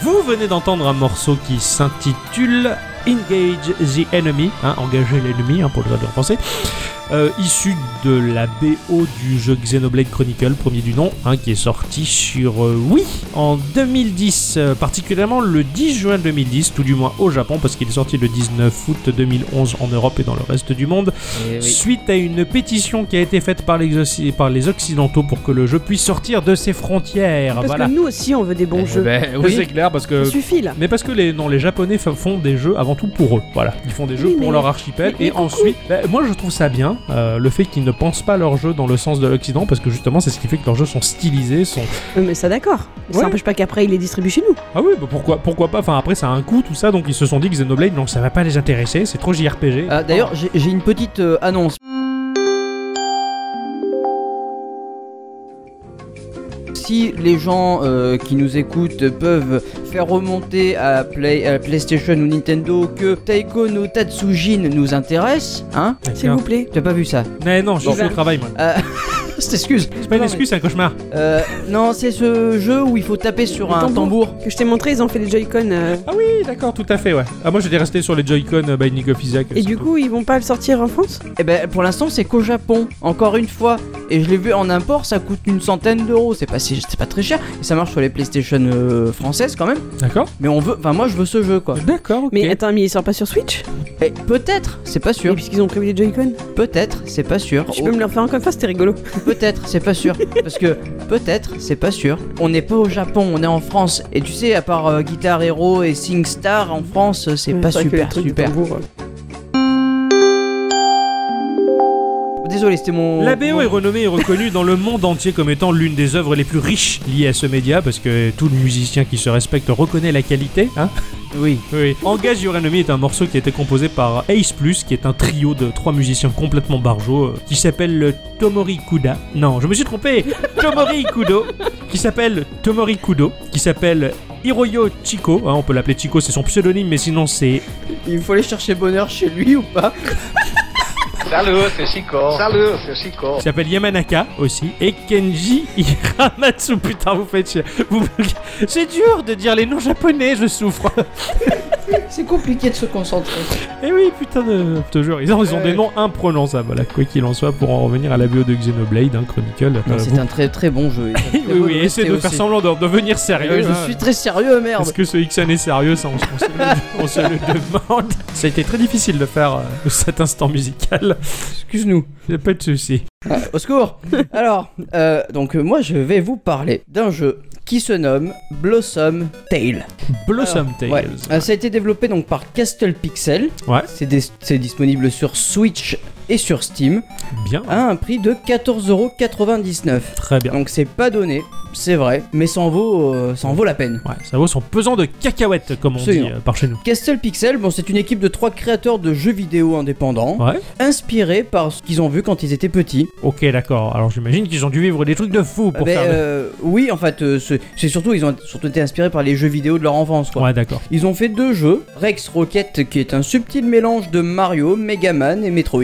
Vous venez d'entendre un morceau qui s'intitule Engage the Enemy, hein, engager l'ennemi hein, pour le traduire en français. euh, issu de la BO du jeu Xenoblade Chronicle, premier du nom, hein, qui est sorti sur euh, Wii en 2010, euh, particulièrement le 10 juin 2010, tout du moins au Japon, parce qu'il est sorti le 19 août 2011 en Europe et dans le reste du monde Eh oui. suite à une pétition qui a été faite par les, Occ- par les Occidentaux pour que le jeu puisse sortir de ses frontières. Parce voilà. que nous aussi, on veut des bons Eh jeux. ben, Oui, C'est oui. clair parce Ça que. suffit là. Mais parce que les, non, les Japonais fa- font des jeux avant tout pour eux. Voilà. Ils font des jeux Oui, pour mais- leur archipel mais- mais et coucou. ensuite. Bah, moi je trouve ça bien, euh, le fait qu'ils ne pensent pas leurs jeux dans le sens de l'Occident parce que justement c'est ce qui fait que leurs jeux sont stylisés, sont. Euh, Mais ça, d'accord. Mais Ouais. Ça n'empêche pas qu'après, il les distribue chez nous. Ah oui, bah pourquoi, pourquoi pas Enfin après ça a un coût tout ça donc ils se sont dit que Xenoblade, non ça va pas les intéresser, c'est trop JRPG. Ah, D'ailleurs, j'ai j'ai une petite euh, annonce. Si les gens euh, qui nous écoutent peuvent faire remonter à, Play, à PlayStation ou Nintendo que Taiko no Tatsujin nous intéresse, hein S'il vous plaît. T'as pas vu ça Oh, [LAUGHS] Mais non, je Bon. suis au travail moi. Euh, Je t'excuse. C'est pas une Non, mais- excuse, c'est un cauchemar. Euh, non, c'est ce jeu où il faut taper sur Le un tambour. tambour. Que je t'ai montré, ils ont fait les Joy-Con. euh, Ah oui, d'accord, tout à fait, ouais. Ah, moi, j'étais resté sur les Joy-Con euh, Binding of Isaac. euh, Et du surtout. coup, ils vont pas le sortir en France Eh ben, pour l'instant, c'est qu'au Japon, encore une fois. Et je l'ai vu en import, ça coûte une centaine d'euros. C'est pas, si- c'est pas très cher. Et ça marche sur les PlayStation euh, françaises quand même. D'accord Mais on veut, enfin, moi, je veux ce jeu, quoi. D'accord, ok. Mais attends, mais il sort pas sur Switch Et peut-être, c'est pas Mais sûr. puisqu'ils ont prévu les Joy-Con. Peut-être, c'est pas sûr. Tu Oh, peux me le refaire encore une fois, c'était rigolo. peut-être, c'est pas sûr. Parce que peut-être, c'est pas sûr. On n'est pas au Japon, on est en France. Et tu sais, à part euh, Guitar Hero et SingStar en France, euh, c'est Ouais, pas c'est vrai que les super, trucs de super. tambour, euh, Désolé, c'était mon. La E. BO mon- est renommée et reconnue dans le monde entier comme étant l'une des œuvres les plus riches liées à ce média, parce que tout musicien qui se respecte reconnaît la qualité. Hein Oui. oui. Engage Your Enemy est un morceau qui a été composé par Ace Plus, qui est un trio de trois musiciens complètement barjots, euh, qui s'appelle le Tomori Kuda. Non, je me suis trompé Tomori Kudo, qui s'appelle Tomori Kudo, qui s'appelle Hiroyo Chico. hein, on peut l'appeler Chico, c'est son pseudonyme, mais sinon c'est Il faut aller chercher bonheur chez lui ou pas Salut, c'est Chico. Salut, c'est Chico. qui s'appelle Yamanaka aussi, et Kenji Hiramatsu. Putain, vous faites chier. Vous- C'est dur de dire les noms japonais, je souffre. [LAUGHS] C'est compliqué de se concentrer. Eh oui, putain de. Je te jure, ils ont, ils ont des Ouais. noms imprononçables. Voilà, quoi qu'il en soit, pour en revenir à la bio de Xenoblade, hein, Chronicle. euh, c'est vous- un très très bon jeu. Oui, oui, essaie de faire semblant de devenir sérieux. Euh, Je hein. suis très sérieux, merde. Est-ce que ce Xen est sérieux Ça, on, se- on se le, [LAUGHS] on se le demande. Ça a été très difficile de faire euh, cet instant musical. Excuse-nous. Y a Pas de soucis. au secours. [LAUGHS] Alors, euh, donc euh, moi je vais vous parler d'un jeu qui se nomme Blossom Tale. Blossom Tales. Ouais. Euh, ça a été développé donc par Castle Pixel. Ouais. C'est des- c'est disponible sur Switch et sur Steam Bien. à un prix de 14,99€. Très bien. Donc c'est pas donné, c'est vrai, mais ça en vaut, euh, ça en vaut la peine. Ouais, ça vaut son pesant de cacahuètes, comme on dit Absolument. euh, par chez nous. Castle Pixel, bon, c'est une équipe de trois créateurs de jeux vidéo indépendants, Ouais. inspirés par ce qu'ils ont vu quand ils étaient petits. Ok, d'accord. Alors j'imagine qu'ils ont dû vivre des trucs de fou pour Ben, faire. le- euh, oui, en fait, euh, c'est c'est surtout, ils ont surtout été inspirés par les jeux vidéo de leur enfance, quoi. Ouais, d'accord. Ils ont fait deux jeux, Rex Rocket, qui est un subtil mélange de Mario, Mega Man [LAUGHS] et Metroid,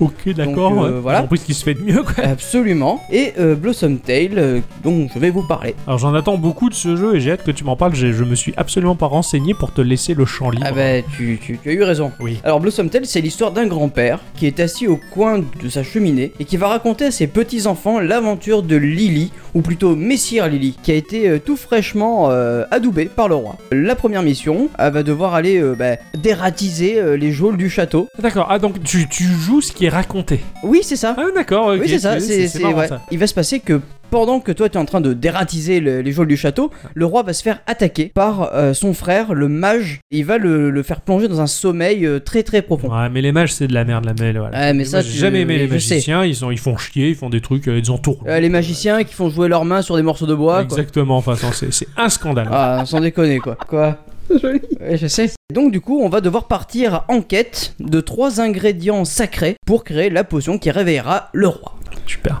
Ok, d'accord. euh, ouais. voilà. En plus, ce qui se fait de mieux, quoi. absolument, et euh, Blossom Tale, euh, dont je vais vous parler. Alors j'en attends beaucoup de ce jeu et j'ai hâte que tu m'en parles. J'ai- Je me suis absolument pas renseigné pour te laisser le champ libre. Ah ben, tu, tu- tu as eu raison. Oui. Alors Blossom Tale, c'est l'histoire d'un grand-père qui est assis au coin de sa cheminée et qui va raconter à ses petits-enfants l'aventure de Lily, ou plutôt Messire Lily, qui a été euh, tout fraîchement euh, adoubée par le roi. La première mission, elle va devoir aller euh, bah, dératiser euh, les geôles du château. D'accord. Ah donc tu, tu joues ce qui est raconté. Oui, c'est ça. Ah d'accord. ok. oui, c'est ça. C'est, c'est- marrant, ouais. ça. Il va se passer que pendant que toi tu es en train de dératiser le- les geôles du château, Ah. le roi va se faire attaquer par euh, son frère, le mage. Il va le, le faire plonger dans un sommeil euh, très très profond. Ouais, mais les mages c'est de la merde la mêle. Voilà. Ouais, mais ça, j'ai tu- jamais aimé les je sais. magiciens. Ils sont ils font chier, ils font des trucs, euh, ils entourent. Euh, les magiciens qui font jouer leurs mains sur des morceaux de bois. quoi. Exactement. Enfin, ça, c'est c'est un scandale. Ah, sans déconner quoi. Quoi Ouais, Je sais. Donc du coup, on va devoir partir en quête de trois ingrédients sacrés pour créer la potion qui réveillera le roi. Super.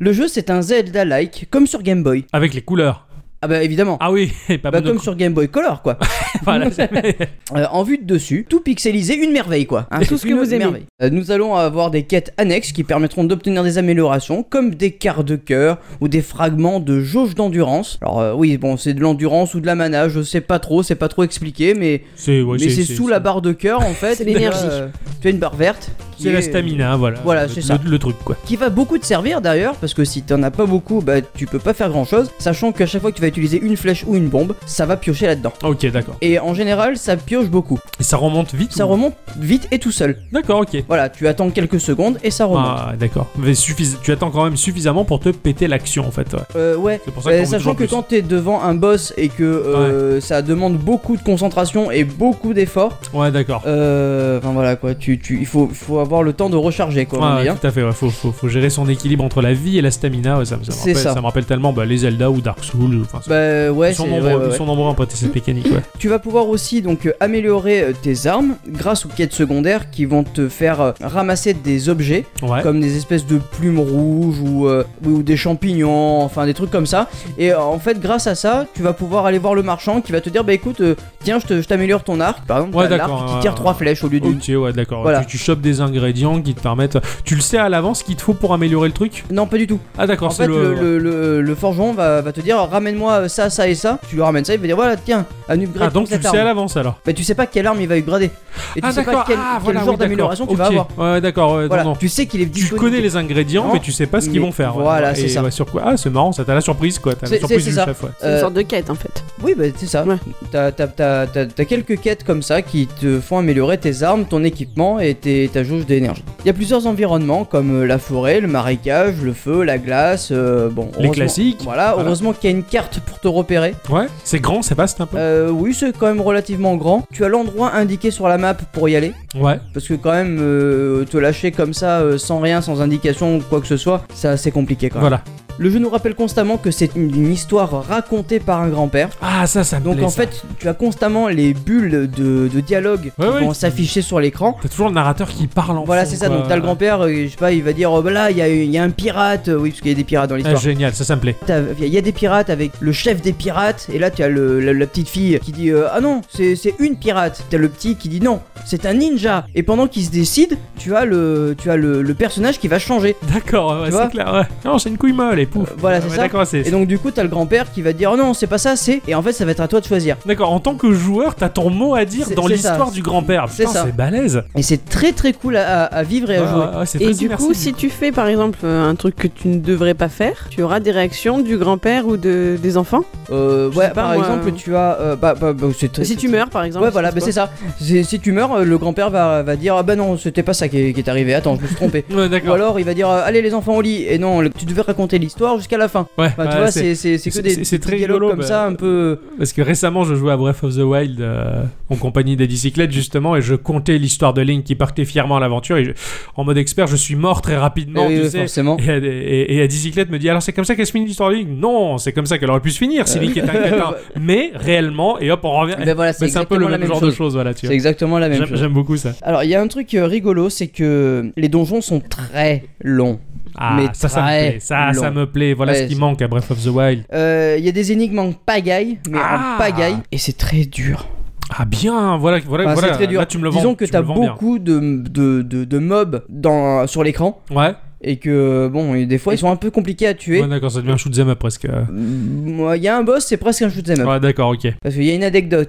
Le jeu, c'est un Zelda-like, comme sur Game Boy. Avec les couleurs. Ah bah évidemment. Ah oui, [LAUGHS] et pas bah, monochrome. comme sur Game Boy Color quoi. [LAUGHS] Voilà, c'est- Euh, en vue de dessus, tout pixelisé, une merveille quoi. Hein, Tout ce que une vous aimez. merveille. Euh, nous allons avoir des quêtes annexes qui permettront d'obtenir des améliorations comme des quarts de cœur ou des fragments de jauge d'endurance. Alors euh, oui, bon, c'est de l'endurance ou de la mana, je sais pas trop, c'est pas trop expliqué, mais, c'est ouais, mais c'est sous la barre de cœur en fait. [LAUGHS] C'est l'énergie. Tu as, euh, tu as une barre verte. qui C'est est- la stamina, voilà. Voilà, Le- c'est ça. Le, le truc, quoi. qui va beaucoup te servir d'ailleurs, parce que si t'en as pas beaucoup, bah tu peux pas faire grand chose, sachant qu'à chaque fois que tu vas utiliser une flèche ou une bombe, ça va piocher là-dedans. Ah, Ok, d'accord. Et en général, ça pioche beaucoup. Et ça remonte vite Ça ou- remonte vite et tout seul. D'accord, ok. Voilà, tu attends quelques secondes et ça remonte. Ah, d'accord. Mais suffis- Tu attends quand même suffisamment pour te péter l'action, en fait. ouais. Euh, ouais, Bah, C'est pour ça qu'on Euh, veut sachant toujours que plus. quand t'es devant un boss et que euh, ça demande beaucoup de concentration et beaucoup d'efforts, Ouais, d'accord. euh, enfin voilà quoi, tu, tu, il faut, faut avoir le temps de recharger quoi. on Ouais, dit, hein. Ah, tout à fait, ouais. faut, faut, faut gérer son équilibre entre la vie et la stamina. ouais, ça, me- ça me C'est rappelle, ça. ça me rappelle tellement bah, les Zelda ou Dark Souls. Enfin, ça- Bah ouais, ils, sont c'est- nombreux, ouais, ouais, ils ouais. sont nombreux à prêter cette mécanique. Ouais. Tu vas pouvoir aussi donc euh, améliorer euh, tes armes grâce aux quêtes secondaires qui vont te faire euh, ramasser des objets ouais. comme des espèces de plumes rouges ou, euh, ou- ou des champignons, enfin des trucs comme ça. Et euh, en fait, grâce à ça, tu vas pouvoir aller voir le marchand qui va te dire bah écoute, euh, tiens, je te- je t'améliore ton arc. Par exemple, Ouais, t'as d'accord, l'arc qui ouais, tire ouais. trois flèches au lieu d'une. Ok, ouais, d'accord. Voilà. Tu, tu chopes des ingrédients qui te permettent. Tu le sais à l'avance ce qu'il te faut pour améliorer le truc Non, pas du tout. Ah, d'accord, en fait, c'est le, le. le- le- le forgeron va, va te dire ramène-moi euh, ça, ça et ça. Tu lui ramènes ça, il va dire voilà, tiens, un upgrade Ah, donc pour tu le cette sais à arme. l'avance alors Mais tu sais pas quelle arme il va upgrader. Et tu ah sais d'accord, pas quel, ah, quel voilà, genre oui, d'amélioration tu vas d'accord. avoir. Ok. Ouais, d'accord, ouais, Voilà, non, non. tu sais qu'il est Tu disponible. connais les ingrédients, Non. mais tu sais pas ce Mais qu'ils vont faire. ouais. voilà, Et c'est ça. ouais, sur quoi Ah, c'est marrant, ça t'a la surprise quoi. T'as C'est- la surprise c'est du ça. chef. ouais. C'est Euh, une sorte de quête en fait. Oui, bah c'est ça. Ouais. T'as, t'as- t'as- t'as- t'as quelques quêtes comme ça qui te font améliorer tes armes, ton équipement et tes- ta jauge d'énergie. Il y a plusieurs environnements comme euh, la forêt, le marécage, le feu, la glace. euh, bon, heureusement- classiques. Voilà, Voilà. heureusement qu'il y a une carte pour te repérer. Ouais, c'est grand, c'est vaste un peu. Euh, oui, c'est quand même relativement grand. Tu as l'endroit indiqué sur la map pour y aller. Ouais, Parce que quand même, euh, te lâcher comme ça, euh, sans rien, sans indication ou quoi que ce soit, ça c'est compliqué quand même. voilà. Le jeu nous rappelle constamment que c'est une- une histoire racontée par un grand-père. Ah, ça, ça me Donc plaît, en ça. fait, tu as constamment les bulles de, de dialogue Ouais, qui ouais. vont s'afficher sur l'écran. T'as toujours le narrateur qui parle en Voilà, fond, c'est ça. quoi. Donc t'as le grand-père, euh, je sais pas, il va dire oh, bah là, il y, a- il y a un pirate. Oui, parce qu'il y a des pirates dans Ah, l'histoire. génial, ça, ça me plaît. T'as- Il y a des pirates avec le chef des pirates, et là tu as le- la, la petite fille qui dit euh, Ah non, c'est c'est une pirate. T'as le petit qui dit Non, c'est un ninja. Et pendant qu'il se décide, tu as le, tu as le, le personnage qui va changer. D'accord, Tu ouais, vois c'est clair. ouais. Non, c'est une couille molle et pouf. Euh, voilà, c'est Ouais, ça. D'accord, c'est. Et donc du coup, t'as le grand-père qui va dire Oh non, c'est pas ça, c'est. Et en fait, ça va être à toi de choisir. D'accord, en tant que joueur, t'as ton mot à dire C'est- dans c'est l'histoire ça. du grand-père. C'est Putain, ça. c'est balèze. Et c'est très très cool à, à- à vivre et à Ouais, jouer. ouais, ouais, c'est Et très du immersif, coup, si tu fais par exemple euh, un truc que tu ne devrais pas faire, tu auras des réactions du grand-père ou de, des enfants. Euh, Je ouais, sais pas, par moi, exemple, euh, tu as. euh, bah, bah, bah, c'est très- Si tu meurs par exemple. Ouais, voilà, je bah, sais c'est ça. C'est- Si tu meurs, euh, le grand-père va, va dire Ah bah non, c'était pas ça qui est, qui est arrivé, attends, je me [LAUGHS] suis trompé. Ouais, Ou d'accord. alors il va dire euh, Allez les enfants au lit. Et non, le- tu devais raconter l'histoire jusqu'à la fin. Ouais, Enfin, Bah, tu ouais, vois, c'est- c'est c'est- c'est que c'est- des, c'est- c'est des très dialogues rigolo, comme bah. ça, un peu. Parce que récemment, je jouais à Breath of the Wild euh, en compagnie des bicyclettes, justement, et je comptais l'histoire de Link qui partait fièrement à l'aventure. Et je- en mode expert, je suis mort très rapidement, Eh oui, tu oui, sais. forcément. [LAUGHS] Et, et, et la bicyclette me dit alors c'est comme ça qu'elle se finit l'histoire de Link Non, c'est comme ça qu'elle aurait pu se finir Euh, si Link était un [LAUGHS] crétin. Mais réellement, et hop, on revient. Ben voilà, c'est Mais c'est un peu exactement le la même, même genre chose. de choses, voilà, tu C'est vois. exactement la même J'aime chose. j'aime beaucoup ça. Alors, il y a un truc euh, rigolo, c'est que les donjons sont très longs. Ah, Mais ça, ça me très plaît. Ça, ça long. me plaît. Voilà Ouais, ce qui c'est- manque à Breath of the Wild. Euh, Il y a des énigmes en pagaille, mais Ah. en pagaille, et c'est très dur. Ah, bien, voilà, voilà, Enfin, voilà. c'est très dur. Là, tu me le vends. Disons que tu me t'as le vends bien. beaucoup de, de, de, de mobs dans, sur l'écran Ouais, et que bon, et des fois ils sont un peu compliqués à tuer. ouais d'accord, ça devient un shoot'em up presque. Moi, Il y a un boss, c'est presque un shoot'em up Ouais, d'accord, ok. parce qu'il y a une anecdote.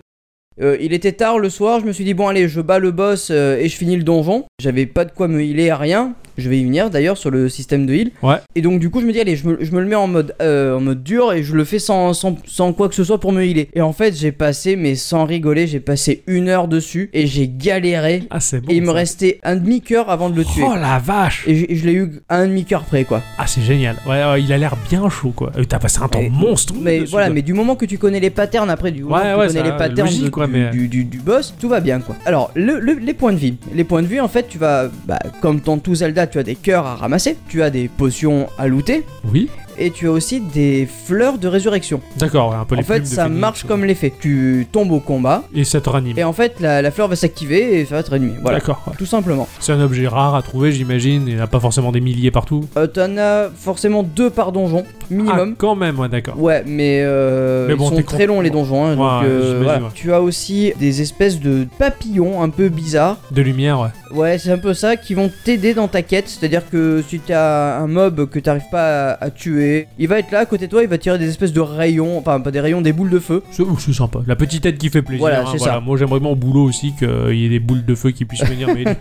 Euh, il était tard le soir, je me suis dit bon allez, je bats le boss euh, et je finis le donjon. J'avais pas de quoi me healer à rien. Je vais y venir d'ailleurs sur le système de heal. Ouais. Et donc du coup je me dis allez, je me, je me le mets en mode euh, en mode dur et je le fais sans, sans, sans quoi que ce soit pour me healer. Et en fait j'ai passé mais sans rigoler, j'ai passé une heure dessus et j'ai galéré Ah, c'est bon. Et il me ça. restait un demi-cœur avant de le tuer. Oh la vache Et je, je l'ai eu à un demi-cœur près, quoi. Ah c'est génial. Ouais, ouais, il a l'air bien chaud quoi. Euh, T'as passé un temps Mais- monstrueux. Mais dessus, voilà, quoi. mais du moment que tu connais les patterns après, du moment bah, Ouais, ouais, que tu connais ça, les patterns logique, de- quoi, du, mais- euh. du- du- du boss, tout va bien, quoi. Alors, le- le- les points de vie. Les points de vie, en fait, tu vas, bah, comme dans tout Zelda, tu as des cœurs à ramasser, tu as des potions à looter. Oui. et tu as aussi des fleurs de résurrection. D'accord, ouais, un peu les en fait, plumes de ça phénix, marche ouais. comme l'effet. Tu tombes au combat Et ça te ranime. et en fait la, la fleur va s'activer et ça va te réanimer. Voilà. D'accord. ouais. Tout simplement. C'est un objet rare à trouver, j'imagine. Il n'y en a pas forcément des milliers partout. Euh, T'en as forcément deux par donjon, minimum. Ah, quand même, ouais, d'accord. Ouais, mais, euh, Mais bon, ils t'es sont très con- longs les donjons. hein, donc, Ouais, euh, j'imagine, voilà. ouais. Tu as aussi des espèces de papillons un peu bizarres. De lumière, ouais. Ouais, c'est un peu ça qui vont t'aider dans ta quête. C'est-à-dire que si t'as un mob que t'arrives pas à, à tuer, il va être là à côté de toi, il va tirer des espèces de rayons, enfin pas des rayons, des boules de feu. C'est ouh, c'est sympa. La petite tête qui fait plaisir. Voilà, hein, c'est ça. Moi, j'aimerais bien au boulot aussi qu'il y ait des boules de feu qui [LAUGHS] puissent venir m'aider.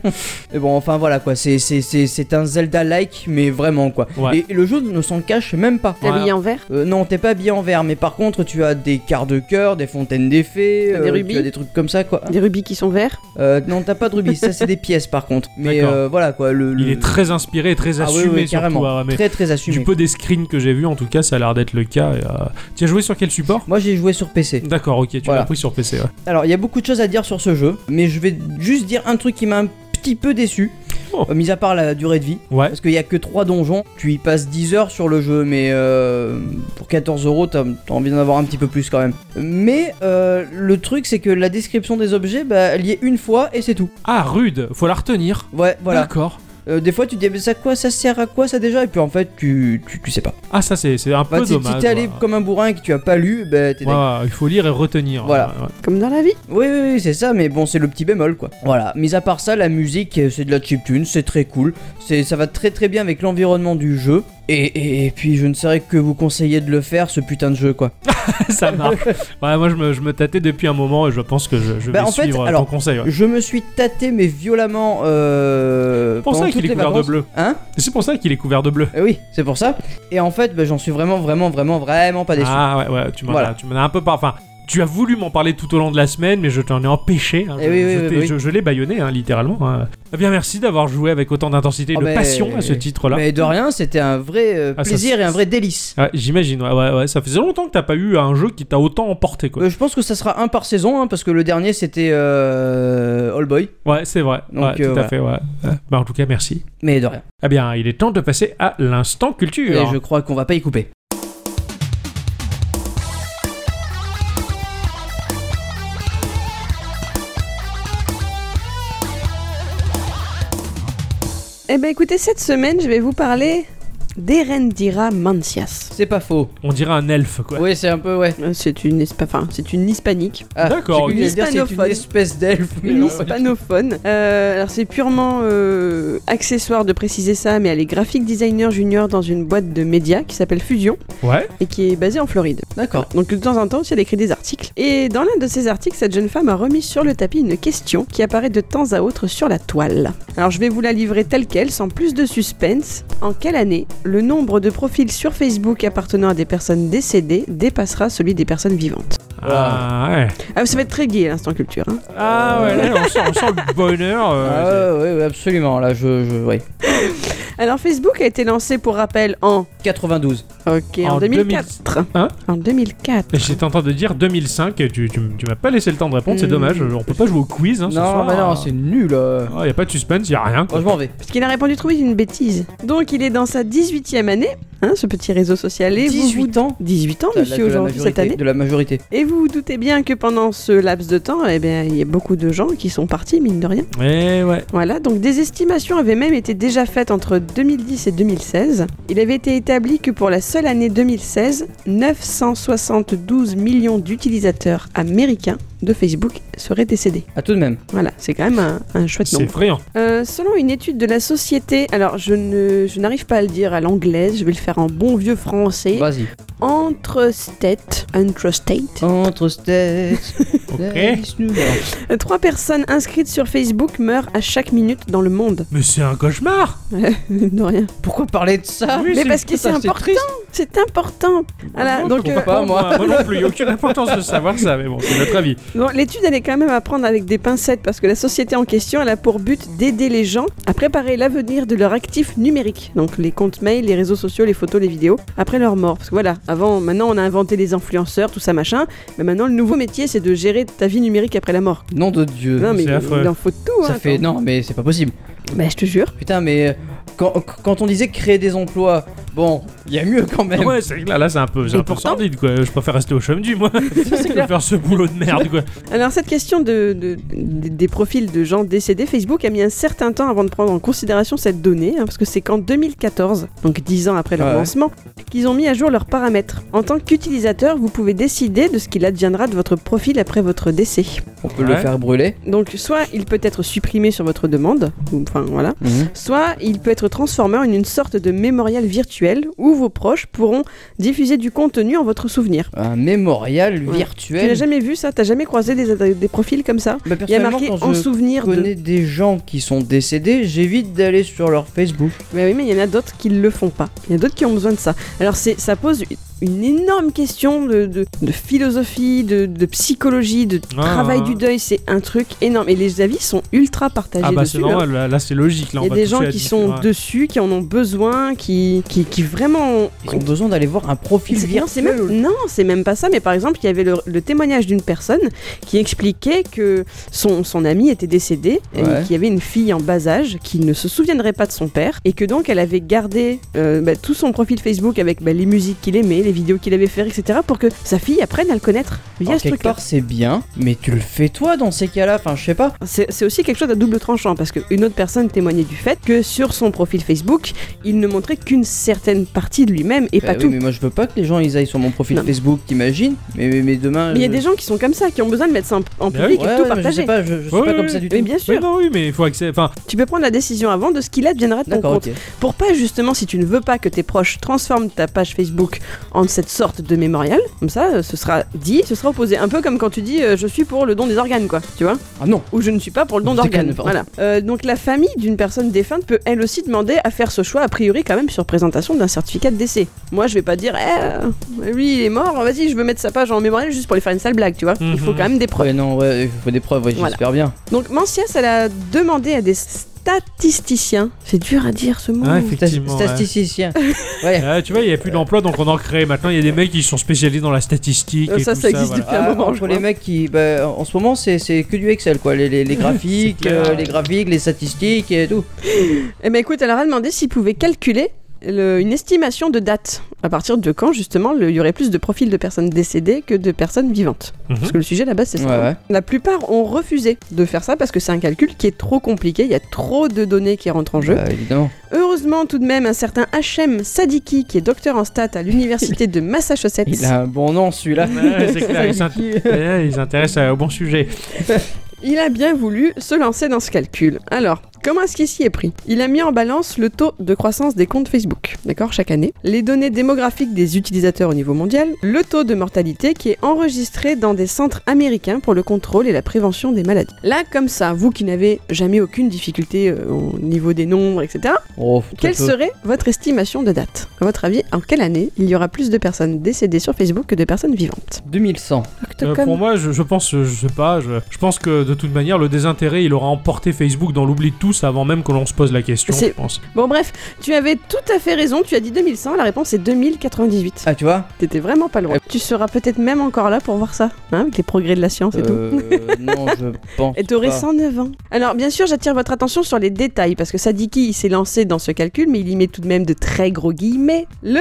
Et bon, enfin voilà quoi, c'est- c'est c'est- c'est un Zelda-like, mais vraiment quoi. Ouais. Et, et le jeu ne s'en cache même pas. T'es habillé en vert Euh, non, t'es pas habillé en vert, mais par contre, tu as des quarts de cœur, des fontaines d'effets, euh, Des rubis tu as des trucs comme ça quoi. Des rubis qui sont verts Euh, non, t'as pas de rubis, ça c'est des pièces par contre. Mais D'accord. euh, voilà quoi, le. le- Il est très inspiré et très Ah oui, assumé, oui, carrément. surtout. ah, mais très très assumé. du peu des screens que j'ai vus, en tout cas, ça a l'air d'être le cas. et, euh, Tu as joué sur quel support Moi j'ai joué sur PC. D'accord, ok, tu Voilà. l'as pris sur PC. ouais. Alors, il y a beaucoup de choses à dire sur ce jeu, mais je vais juste dire un truc qui m'a un petit peu déçu, Oh. euh, mis à part la durée de vie. Ouais. Parce qu'il y a que 3 donjons, tu y passes 10 heures sur le jeu, mais euh, pour 14 euros, t'as t'as envie d'en avoir un petit peu plus quand même. Mais euh, le truc, c'est que la description des objets, bah, elle y est une fois et c'est tout. Ah, rude, faut la retenir. Ouais, voilà. D'accord. Euh, des fois, tu te dis, mais ça quoi, ça sert à quoi ça déjà Et puis en fait, tu, tu, tu sais pas. Ah, ça, c'est c'est un peu Enfin, si dommage. si Bah, t'es allé ouais. comme un bourrin et que tu as pas lu, bah, t'es Ouais, ouais, il faut lire et retenir. Voilà. ouais, ouais. Comme dans la vie Oui, oui, oui, c'est ça, mais bon, c'est le petit bémol, quoi. Voilà, mis à part ça, la musique, euh, c'est de la chiptune, c'est très cool, c'est, ça va très très bien avec l'environnement du jeu, et, et, et puis je ne saurais que vous conseiller de le faire, ce putain de jeu, quoi. [LAUGHS] ça [LAUGHS] marche. Ouais, moi, je me, je me tâtais depuis un moment et je pense que je, je Bah, vais en fait, suivre euh, ton alors, conseil. ouais. Je me suis tâté, mais violemment, euh... C'est pour ça pendant toutes qu'il est les couvert de vacances. bleu. Hein C'est pour ça qu'il est couvert de bleu. Eh Oui, c'est pour ça. Et en fait, bah, j'en suis vraiment, vraiment, vraiment, vraiment pas déçu. Ah ouais, ouais, tu m'en Voilà. as, tu m'en as un peu par. Enfin, tu as voulu m'en parler tout au long de la semaine, mais je t'en ai empêché. hein. Eh je oui, oui, je oui, t'ai- oui. je- je l'ai baïonné, hein, littéralement. hein. Eh bien, merci d'avoir joué avec autant d'intensité et Oh, de mais- passion à ce titre-là. Mais de rien, c'était un vrai euh, Ah, ça, plaisir c'est- et un vrai délice. Ouais, J'imagine, ouais, ouais, ouais, ça faisait longtemps que t'as pas eu un jeu qui t'a autant emporté, quoi. Euh, je pense que ça sera un par saison, hein, parce que le dernier c'était euh... All Boy. Ouais, c'est vrai. Donc, Ouais, tout euh, à voilà. fait, ouais. Ouais. Bah, en tout cas, merci. Mais de rien. Eh bien, il est temps de passer à l'instant culture. Et Eh, je crois qu'on va pas y couper. Eh ben écoutez, cette semaine, je vais vous parler d'Erendira Mancias. C'est pas faux. On dirait un elfe, quoi. Oui, c'est un peu, ouais. Euh, C'est une, espa- enfin, c'est une hispanique. Ah, D'accord, j'ai ok. cru que t'allais dire c'est une Hispanophone. espèce d'elfe. mais Une non. hispanophone. Euh, alors c'est purement euh, accessoire de préciser ça, mais elle est graphic designer junior dans une boîte de médias qui s'appelle Fusion Ouais. et qui est basée en Floride. D'accord. Donc de temps en temps aussi elle écrit des articles. Et dans l'un de ces articles, cette jeune femme a remis sur le tapis une question qui apparaît de temps à autre sur la toile. Alors je vais vous la livrer telle qu'elle, sans plus de suspense. En quelle année le nombre de profils sur Facebook appartenant à des personnes décédées dépassera celui des personnes vivantes Ah ouais. Ah ça va être très gai l'instant culture. hein. Ah ouais, là, on sent, on sent le bonheur. euh, Ah, c'est- ouais, ouais, ouais, absolument. Là, je. je ouais. Alors Facebook a été lancé pour rappel en 92. Ok, en, En 2004. Hein En 2004. J'étais en train de dire 2005, et tu, tu, m- tu m'as pas laissé le temps de répondre, c'est Hmm. dommage, on peut pas jouer au quiz hein, ce non, soir. mais non, c'est nul. euh. Il y a pas de suspense, il y a rien. Bon, je m'en vais. Parce qu'il a répondu trop vite, une bêtise. Donc il est dans sa 18e année, hein, ce petit réseau social. Et vous vous... 18 ans 18 ans, de la- de monsieur, la aujourd'hui, cette majorité- année. De la majorité. Et vous vous doutez bien que pendant ce laps de temps, eh bien, il y a beaucoup de gens qui sont partis, mine de rien. Eh ouais. Voilà, donc des estimations avaient même été déjà faites entre 2010 et 2016. Il avait été établi que pour la seule année 2016, 972 millions d'utilisateurs américains de Facebook seraient décédés. Ah, tout de même. Voilà, c'est quand même un, un chouette C'est nombre. effrayant. Euh, selon une étude de la société, alors je ne, je n'arrive pas à le dire à l'anglaise, je vais le faire en bon vieux Bah. français. Vas-y. Entre state, entre state, Entre têtes. [LAUGHS] Ok. euh, trois personnes inscrites sur Facebook meurent à chaque minute dans le monde. [LAUGHS] Mais c'est un cauchemar de rien. Pourquoi parler de ça Oui, Mais c'est- parce que c'est putain, c'est important. C'est important. Voilà, Moi, je donc, comprends euh, pas, moi. moi. moi non plus, il n'y a aucune importance de savoir ça, mais bon, c'est notre avis. Bon, l'étude elle est quand même à prendre avec des pincettes parce que la société en question elle a pour but d'aider les gens à préparer l'avenir de leur actif numérique, donc les comptes mail, les réseaux sociaux, les photos, les vidéos, après leur mort. Parce que voilà, avant, maintenant on a inventé les influenceurs, tout ça machin, mais maintenant le nouveau métier c'est de gérer ta vie numérique après la mort. Nom de Dieu. Non mais c'est affreux. il en faut de tout. ça hein, fait. attends. Non, mais c'est pas possible. Bah je te jure. Putain, mais euh, quand, quand on disait créer des emplois, bon, Il y a mieux quand même. Ouais, c'est là, là c'est un peu, c'est Et un peu pourtant- sordide quoi. Je préfère rester au chômage, moi. [LAUGHS] [LAUGHS] Je clair. vais faire ce boulot de merde quoi. Alors cette question de, de- de- des profils de gens décédés, Facebook a mis un certain temps avant de prendre en considération cette donnée, hein, parce que c'est qu'en 2014, donc 10 ans après leur Ah Ouais. lancement, qu'ils ont mis à jour leurs paramètres. En tant qu'utilisateur, vous pouvez décider de ce qu'il adviendra de votre profil après votre décès. On peut le Ouais. faire brûler. Donc soit il peut être supprimé sur votre demande, ou- enfin voilà, Mhm. soit il peut être transformé en une sorte de mémorial virtuel où vos proches pourront diffuser du contenu en votre souvenir. Un mémorial Ouais. Tu virtuel. l'as jamais vu ça T'as jamais croisé des, des profils comme ça Bah, Il y a personnellement, marqué quand en je souvenir de... connais des gens qui sont décédés, j'évite d'aller sur leur Facebook. Mais oui, mais il y en a d'autres qui le font pas. Il y en a d'autres qui ont besoin de ça. Alors c'est, ça pose une énorme question de, de- de philosophie, de, de psychologie, de Ah, travail ah. du deuil. C'est un truc énorme. Et les avis sont ultra partagés Ah bah dessus. hein. c'est normal, là, là, c'est logique. Là, on Il y a va des toucher gens à qui du- sont ouais. dessus, qui en ont besoin, qui, qui, qui vraiment... Ils ont besoin d'aller voir un profil C'est- virtuel. Non, c'est même, non, c'est même pas ça, mais par exemple, il y avait le, le témoignage d'une personne qui expliquait que son, son ami était décédé, Ouais. et qu'il y avait une fille en bas âge qui ne se souviendrait pas de son père, et que donc elle avait gardé euh, bah, tout son profil Facebook avec bah, les musiques qu'il aimait, les vidéos qu'il avait fait, etc., pour que sa fille apprenne à le connaître via Alors, ce quelque truc-là. part, c'est bien, mais tu le fais toi dans ces cas-là. Enfin, je sais pas. C'est c'est aussi quelque chose à double tranchant parce qu'une autre personne témoignait du fait que sur son profil Facebook, il ne montrait qu'une certaine partie de lui-même et Bah pas oui, tout. Mais moi, je veux pas que les gens ils aillent sur mon profil Non. Facebook, t'imagines mais, mais, mais demain. Mais il y a je- des gens qui sont comme ça, qui ont besoin de mettre ça en, en Bah oui. public Ouais, et tout ouais, mais je partager. sais pas, je, je suis Ouais, pas ouais, comme ça du tout. Mais bien sûr, Oui, non, oui, mais il faut accéder. Enfin, tu peux prendre la décision avant de ce qu'il adviendra de ton D'accord, compte. ok. Pour pas justement, si tu ne veux pas que tes proches transforment ta page Facebook en cette sorte de mémorial, comme ça, euh, ce sera dit, ce sera opposé. Un peu comme quand tu dis euh, je suis pour le don des organes, quoi, tu vois, Ah non, ou je ne suis pas pour le don Des d'organes. organes, pardon. Voilà. Euh, donc la famille d'une personne défunte peut elle aussi demander à faire ce choix, a priori quand même sur présentation d'un certificat de décès. Moi, je vais pas dire, eh, euh, lui il est mort, vas-y, je veux mettre sa page en mémorial juste pour lui faire une sale blague, tu vois. Il faut Mhm. quand même des preuves. ouais, non, ouais, il faut des preuves, ouais, Voilà. j'espère bien. Donc Mencias, elle a demandé à des statisticiens. C'est dur à dire ce mot. ah, Stas- effectivement. ouais. [LAUGHS] Statisticien. Ouais. Ah, tu vois, il n'y a plus d'emploi, donc on en crée. Maintenant, il y a des mecs qui sont spécialisés dans la statistique. Euh, et ça, tout ça existe voilà. depuis un Ah, moment, je entre les crois. mecs qui, bah, en ce moment, c'est c'est que du Excel, quoi. Les, les- [LAUGHS] les graphiques, C'est clair. euh, les graphiques, les statistiques et tout. Eh ben écoute, elle leur a demandé s'ils pouvaient calculer le- une estimation de date. À partir de quand, justement, le- il y aurait plus de profils de personnes décédées que de personnes vivantes. Mhm. Parce que le sujet, là-bas, c'est ça. Ouais, ouais. La plupart ont refusé de faire ça parce que c'est un calcul qui est trop compliqué. Il y a trop de données qui rentrent en jeu. Bah, évidemment. Heureusement, tout de même, un certain H.M. Sadiki, qui est docteur en stats à l'université [LAUGHS] de Massachusetts, Il a un bon nom, celui-là. Ouais, [LAUGHS] c'est clair, ils [LAUGHS] s'int- Ouais, ils s'intéressent euh, au bon sujet. Il a bien voulu se lancer dans ce calcul. Alors, comment est-ce qu'il s'y est pris Il a mis en balance le taux de croissance des comptes Facebook, d'accord, chaque année, les données démographiques des utilisateurs au niveau mondial, le taux de mortalité qui est enregistré dans des centres américains pour le contrôle et la prévention des maladies. Là, comme ça, vous qui n'avez jamais aucune difficulté euh, au niveau des nombres, etc., Oh, très quelle peu. serait votre estimation de date À votre avis, en quelle année il y aura plus de personnes décédées sur Facebook que de personnes vivantes 2100. Euh, pour moi, je, je pense, euh, je sais pas, je, je pense que de toute manière, le désintérêt, il aura emporté Facebook dans l'oubli de tous avant même que l'on se pose la question, C'est- je pense. Bon bref, tu avais tout à fait raison, tu as dit 2100, la réponse est 2098. Ah, tu vois T'étais vraiment pas loin. Tu seras peut-être même encore là pour voir ça, hein, avec les progrès de la science et tout. [LAUGHS] Euh, non, je pense. Et t'aurais pas. 109 ans. Alors, bien sûr, j'attire votre attention sur les détails, parce que Sadiki, il s'est lancé dans ce calcul, mais il y met tout de même de très gros guillemets. Le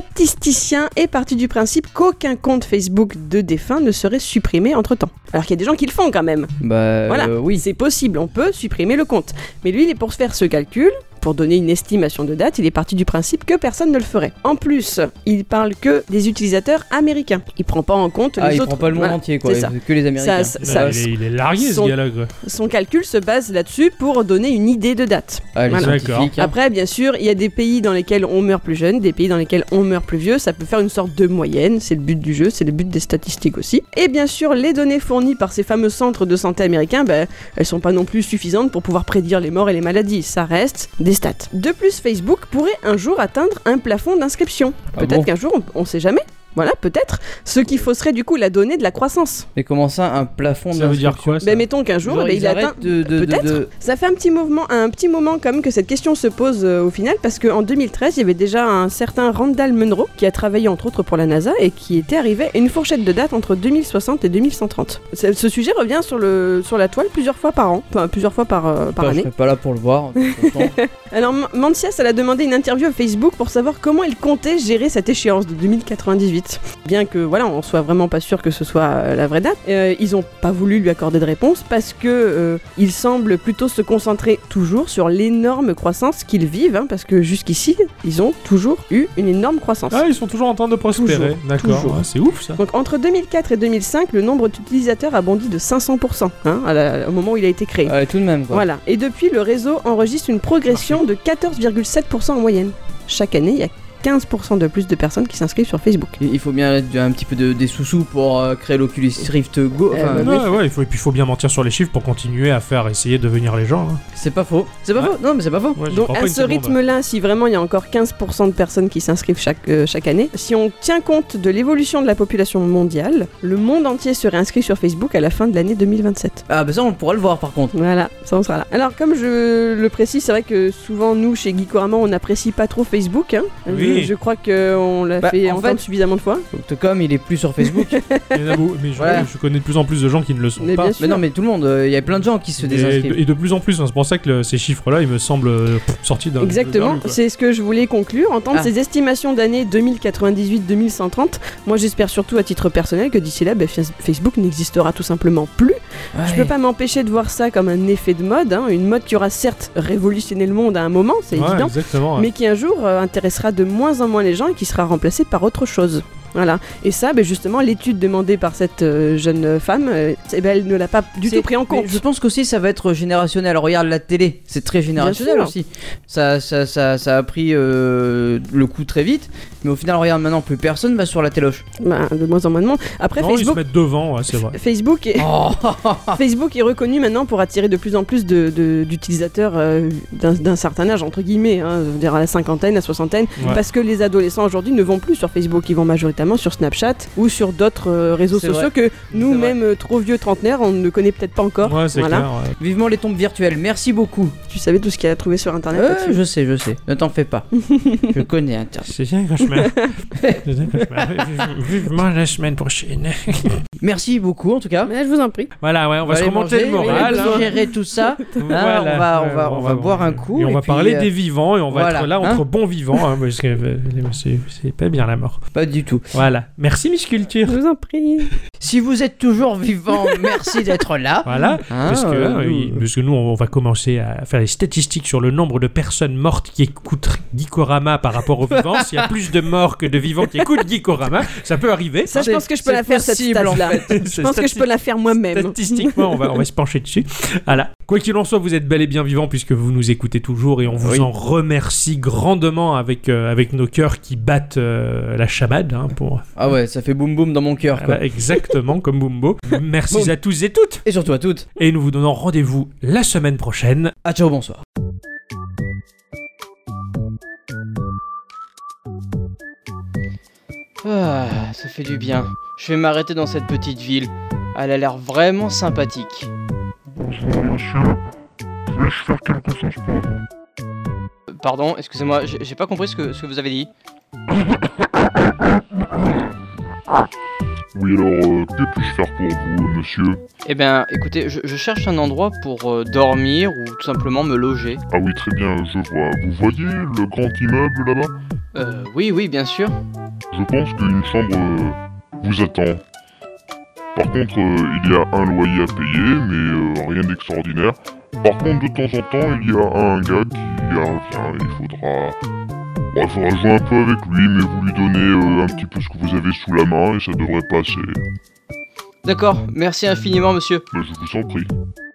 statisticien est parti du principe qu'aucun compte Facebook de défunt ne serait supprimé entre-temps. Alors qu'il y a des gens qui le font quand même. Bah, Voilà. euh, oui. C'est possible, on peut supprimer le compte. Mais lui, il est pour se faire ce calcul, pour donner une estimation de date, il est parti du principe que personne ne le ferait. En plus, il parle que des utilisateurs américains. Il prend pas en compte Ah, les il autres. prend pas le monde Voilà, entier, quoi. c'est ça. Que les Américains. Ça- Là, ça- il, est, il est largué, son- ce dialogue. Son calcul se base là-dessus pour donner une idée de date. Ah, les Voilà. scientifiques. hein. Après, bien sûr, il y a des pays dans lesquels on meurt plus jeune, des pays dans lesquels on meurt plus vieux. Ça peut faire une sorte de moyenne. C'est le but du jeu, c'est le but des statistiques aussi. Et bien sûr, les données fournies par ces fameux centres de santé américains, ben, elles sont pas non plus suffisantes pour pouvoir prédire les morts et les maladies. Ça reste des stats. De plus, Facebook pourrait un jour atteindre un plafond d'inscription. Ah Peut-être bon qu'un jour, on, on sait jamais. Voilà, peut-être. Ce qui fausserait du coup la donnée de la croissance. Mais comment ça, un plafond Ça veut dire d'instruction quoi ça Ben mettons qu'un jour, Genre, ben, ils il atteint. arrêtent de, de- de- peut-être. de- Ça fait un petit mouvement, un petit moment quand même que cette question se pose euh, au final, parce qu'en 2013, il y avait déjà un certain Randall Munro qui a travaillé entre autres pour la NASA et qui était arrivé à une fourchette de date entre 2060 et 2130. Ce ce sujet revient sur, le, sur la toile plusieurs fois par an, enfin plusieurs fois par, euh, par Bah, je année. serais pas là pour le [LAUGHS] voir. de toute façon. Alors M- Mancias, elle a demandé une interview à Facebook pour savoir comment elle comptait gérer cette échéance de 2098. Bien que voilà, on soit vraiment pas sûr que ce soit euh, la vraie date, euh, ils ont pas voulu lui accorder de réponse parce que euh, ils semblent plutôt se concentrer toujours sur l'énorme croissance qu'ils vivent, hein, parce que jusqu'ici, ils ont toujours eu une énorme croissance. Ah, ils sont toujours en train de prospérer. Toujours, D'accord. toujours. Ah, c'est ouf ça. Donc entre 2004 et 2005, le nombre d'utilisateurs a bondi de 500% hein, à la- au moment où il a été créé. Ouais, tout de même, quoi. Voilà. Et depuis, le réseau enregistre une progression de 14,7% en moyenne. Chaque année, il y a 15% de plus de personnes qui s'inscrivent sur Facebook. Il il faut bien être un petit peu de, des sous-sous pour euh, créer l'Oculus Rift Go. Enfin, Euh, Ouais, ouais, Ah, il faut, et puis il faut bien mentir sur les chiffres pour continuer à faire essayer de devenir les gens. hein. c'est pas faux. C'est pas Ouais. faux. Non, mais c'est pas faux. Ouais, j'y Donc crois pas à une ce seconde. rythme-là, si vraiment il y a encore 15% de personnes qui s'inscrivent chaque, euh, chaque année, si on tient compte de l'évolution de la population mondiale, le monde entier serait inscrit sur Facebook à la fin de l'année 2027. Ah, bah ça, on pourra le voir par contre. Voilà, ça on sera là. Alors comme je le précise, c'est vrai que souvent nous chez Geekorama on n'apprécie pas trop Facebook. hein. Oui. Je, je crois qu'on l'a Bah, fait en entendre fait- suffisamment de fois. Octocom, il est plus sur Facebook. [LAUGHS] [LAUGHS] Il y en a beaucoup, mais je, Voilà. je connais de plus en plus de gens qui ne le sont Mais pas. bien sûr. mais non, mais tout le monde. euh, Il y a plein de gens qui se Et de, désinscrivent. et de plus en plus, hein, c'est pour ça que le- ces chiffres-là, ils me semblent euh, pff, sortis d'un. Exactement, d'un- c'est ce que je voulais conclure. Entendre Ah. ces estimations d'année 2098-2130, moi j'espère surtout à titre personnel que d'ici là, ben, Fas- Facebook n'existera tout simplement plus. Je peux Ouais. pas m'empêcher de voir ça comme un effet de mode, hein, une mode qui aura certes révolutionné le monde à un moment, c'est Ouais, évident, Exactement. hein. mais qui un jour euh, intéressera de moins en moins les gens et qui sera remplacé par autre chose. Voilà. Et ça, ben justement, l'étude demandée par cette euh, jeune femme, euh, eh ben, elle ne l'a pas du C'est- tout pris en mais compte. Je pense qu'aussi ça va être générationnel. Alors, regarde la télé, c'est très générationnel sûr. aussi. Ça, ça, ça, ça a pris euh, le coup très vite, mais au final, regarde maintenant, plus personne va sur [LAUGHS] la téloche. Ben, de moins en moins de monde. Après, non, ils se Facebook, mettent devant, ouais, c'est vrai. Facebook est... Oh, Facebook est reconnu maintenant pour attirer de plus en plus de- de- d'utilisateurs euh, d'un d'un certain âge, entre guillemets, hein, je veux dire à la cinquantaine, à la soixantaine, Ouais. parce que les adolescents aujourd'hui ne vont plus sur Facebook, ils vont majoritairement sur Snapchat ou sur d'autres euh, réseaux C'est sociaux que nous, C'est vrai. même euh, trop vieux trentenaires, on ne connaît peut-être pas encore. Ouais, c'est Voilà. clair. ouais. Vivement les tombes virtuelles, merci beaucoup. Tu savais tout ce qu'il y a à trouver sur Internet Ouais, là-dessus. je sais, je sais, ne t'en [LAUGHS] fais pas. je connais Internet. C'est un cauchemar. c'est un cauchemar. Vive- Vivement la semaine prochaine. Merci beaucoup en tout cas. Mais je vous en prie. Voilà, ouais, on va se aller remonter le manger, on va moral. hein. Gérer tout ça. Voilà. Ah, on va- on Ouais, va- on va boire un coup, Et on et va puis, parler euh, des vivants et on va voilà, être là hein. entre bons vivants. hein, parce que euh, c'est c'est [LAUGHS] pas bien la mort. Pas du tout. Voilà. Merci, Miss Culture. Je vous en prie. Si vous êtes toujours [LAUGHS] vivant, merci d'être là. Voilà. Hein, Parce que, euh, euh, oui, parce que nous, on va commencer à faire les statistiques sur le nombre de personnes mortes qui écoutent Geekorama par rapport aux vivants. S'il y a plus de morts que de vivants qui écoutent Geekorama, ça peut arriver. [LAUGHS] Ça, je C'est- pense que je peux c'est la faire cette possible, en stat-là. Je Je pense que je peux la faire moi-même. Statistiquement, on va, on va se pencher dessus. Voilà. Quoi qu'il en soit, vous êtes bel et bien vivant puisque vous nous écoutez toujours et on vous Oui. en remercie grandement avec, euh, avec nos cœurs qui battent euh, la chamade. hein, pour... Ah ouais, ça fait boum boum dans mon cœur. quoi. Voilà, exactement comme Bumbo. Merci Boum. à tous et toutes. Et surtout à toutes. Et nous vous donnons rendez-vous la semaine prochaine À ciao, bonsoir. Ah, ça fait du bien. Je vais m'arrêter dans cette petite ville. Elle a l'air vraiment sympathique. Bonsoir les chiens. Vais-je faire quelque chose pour vous Euh, Pardon, excusez-moi, j'ai j'ai pas compris ce que, ce que vous avez dit. Oui alors, euh, que puis-je faire pour vous, monsieur Eh bien, écoutez, je, je cherche un endroit pour euh, dormir ou tout simplement me loger. Ah oui, très bien, je vois. Vous voyez le grand immeuble là-bas Euh, oui, oui, bien sûr. Je pense qu'une chambre euh, vous attend. Par contre, euh, il y a un loyer à payer, mais euh, rien d'extraordinaire. Par contre, de temps en temps, il y a un gars qui revient. Il faudra... Bon, il faudra jouer un peu avec lui, mais vous lui donnez euh, un petit peu ce que vous avez sous la main et ça devrait passer. D'accord, merci infiniment, monsieur. Mais Ben, je vous en prie.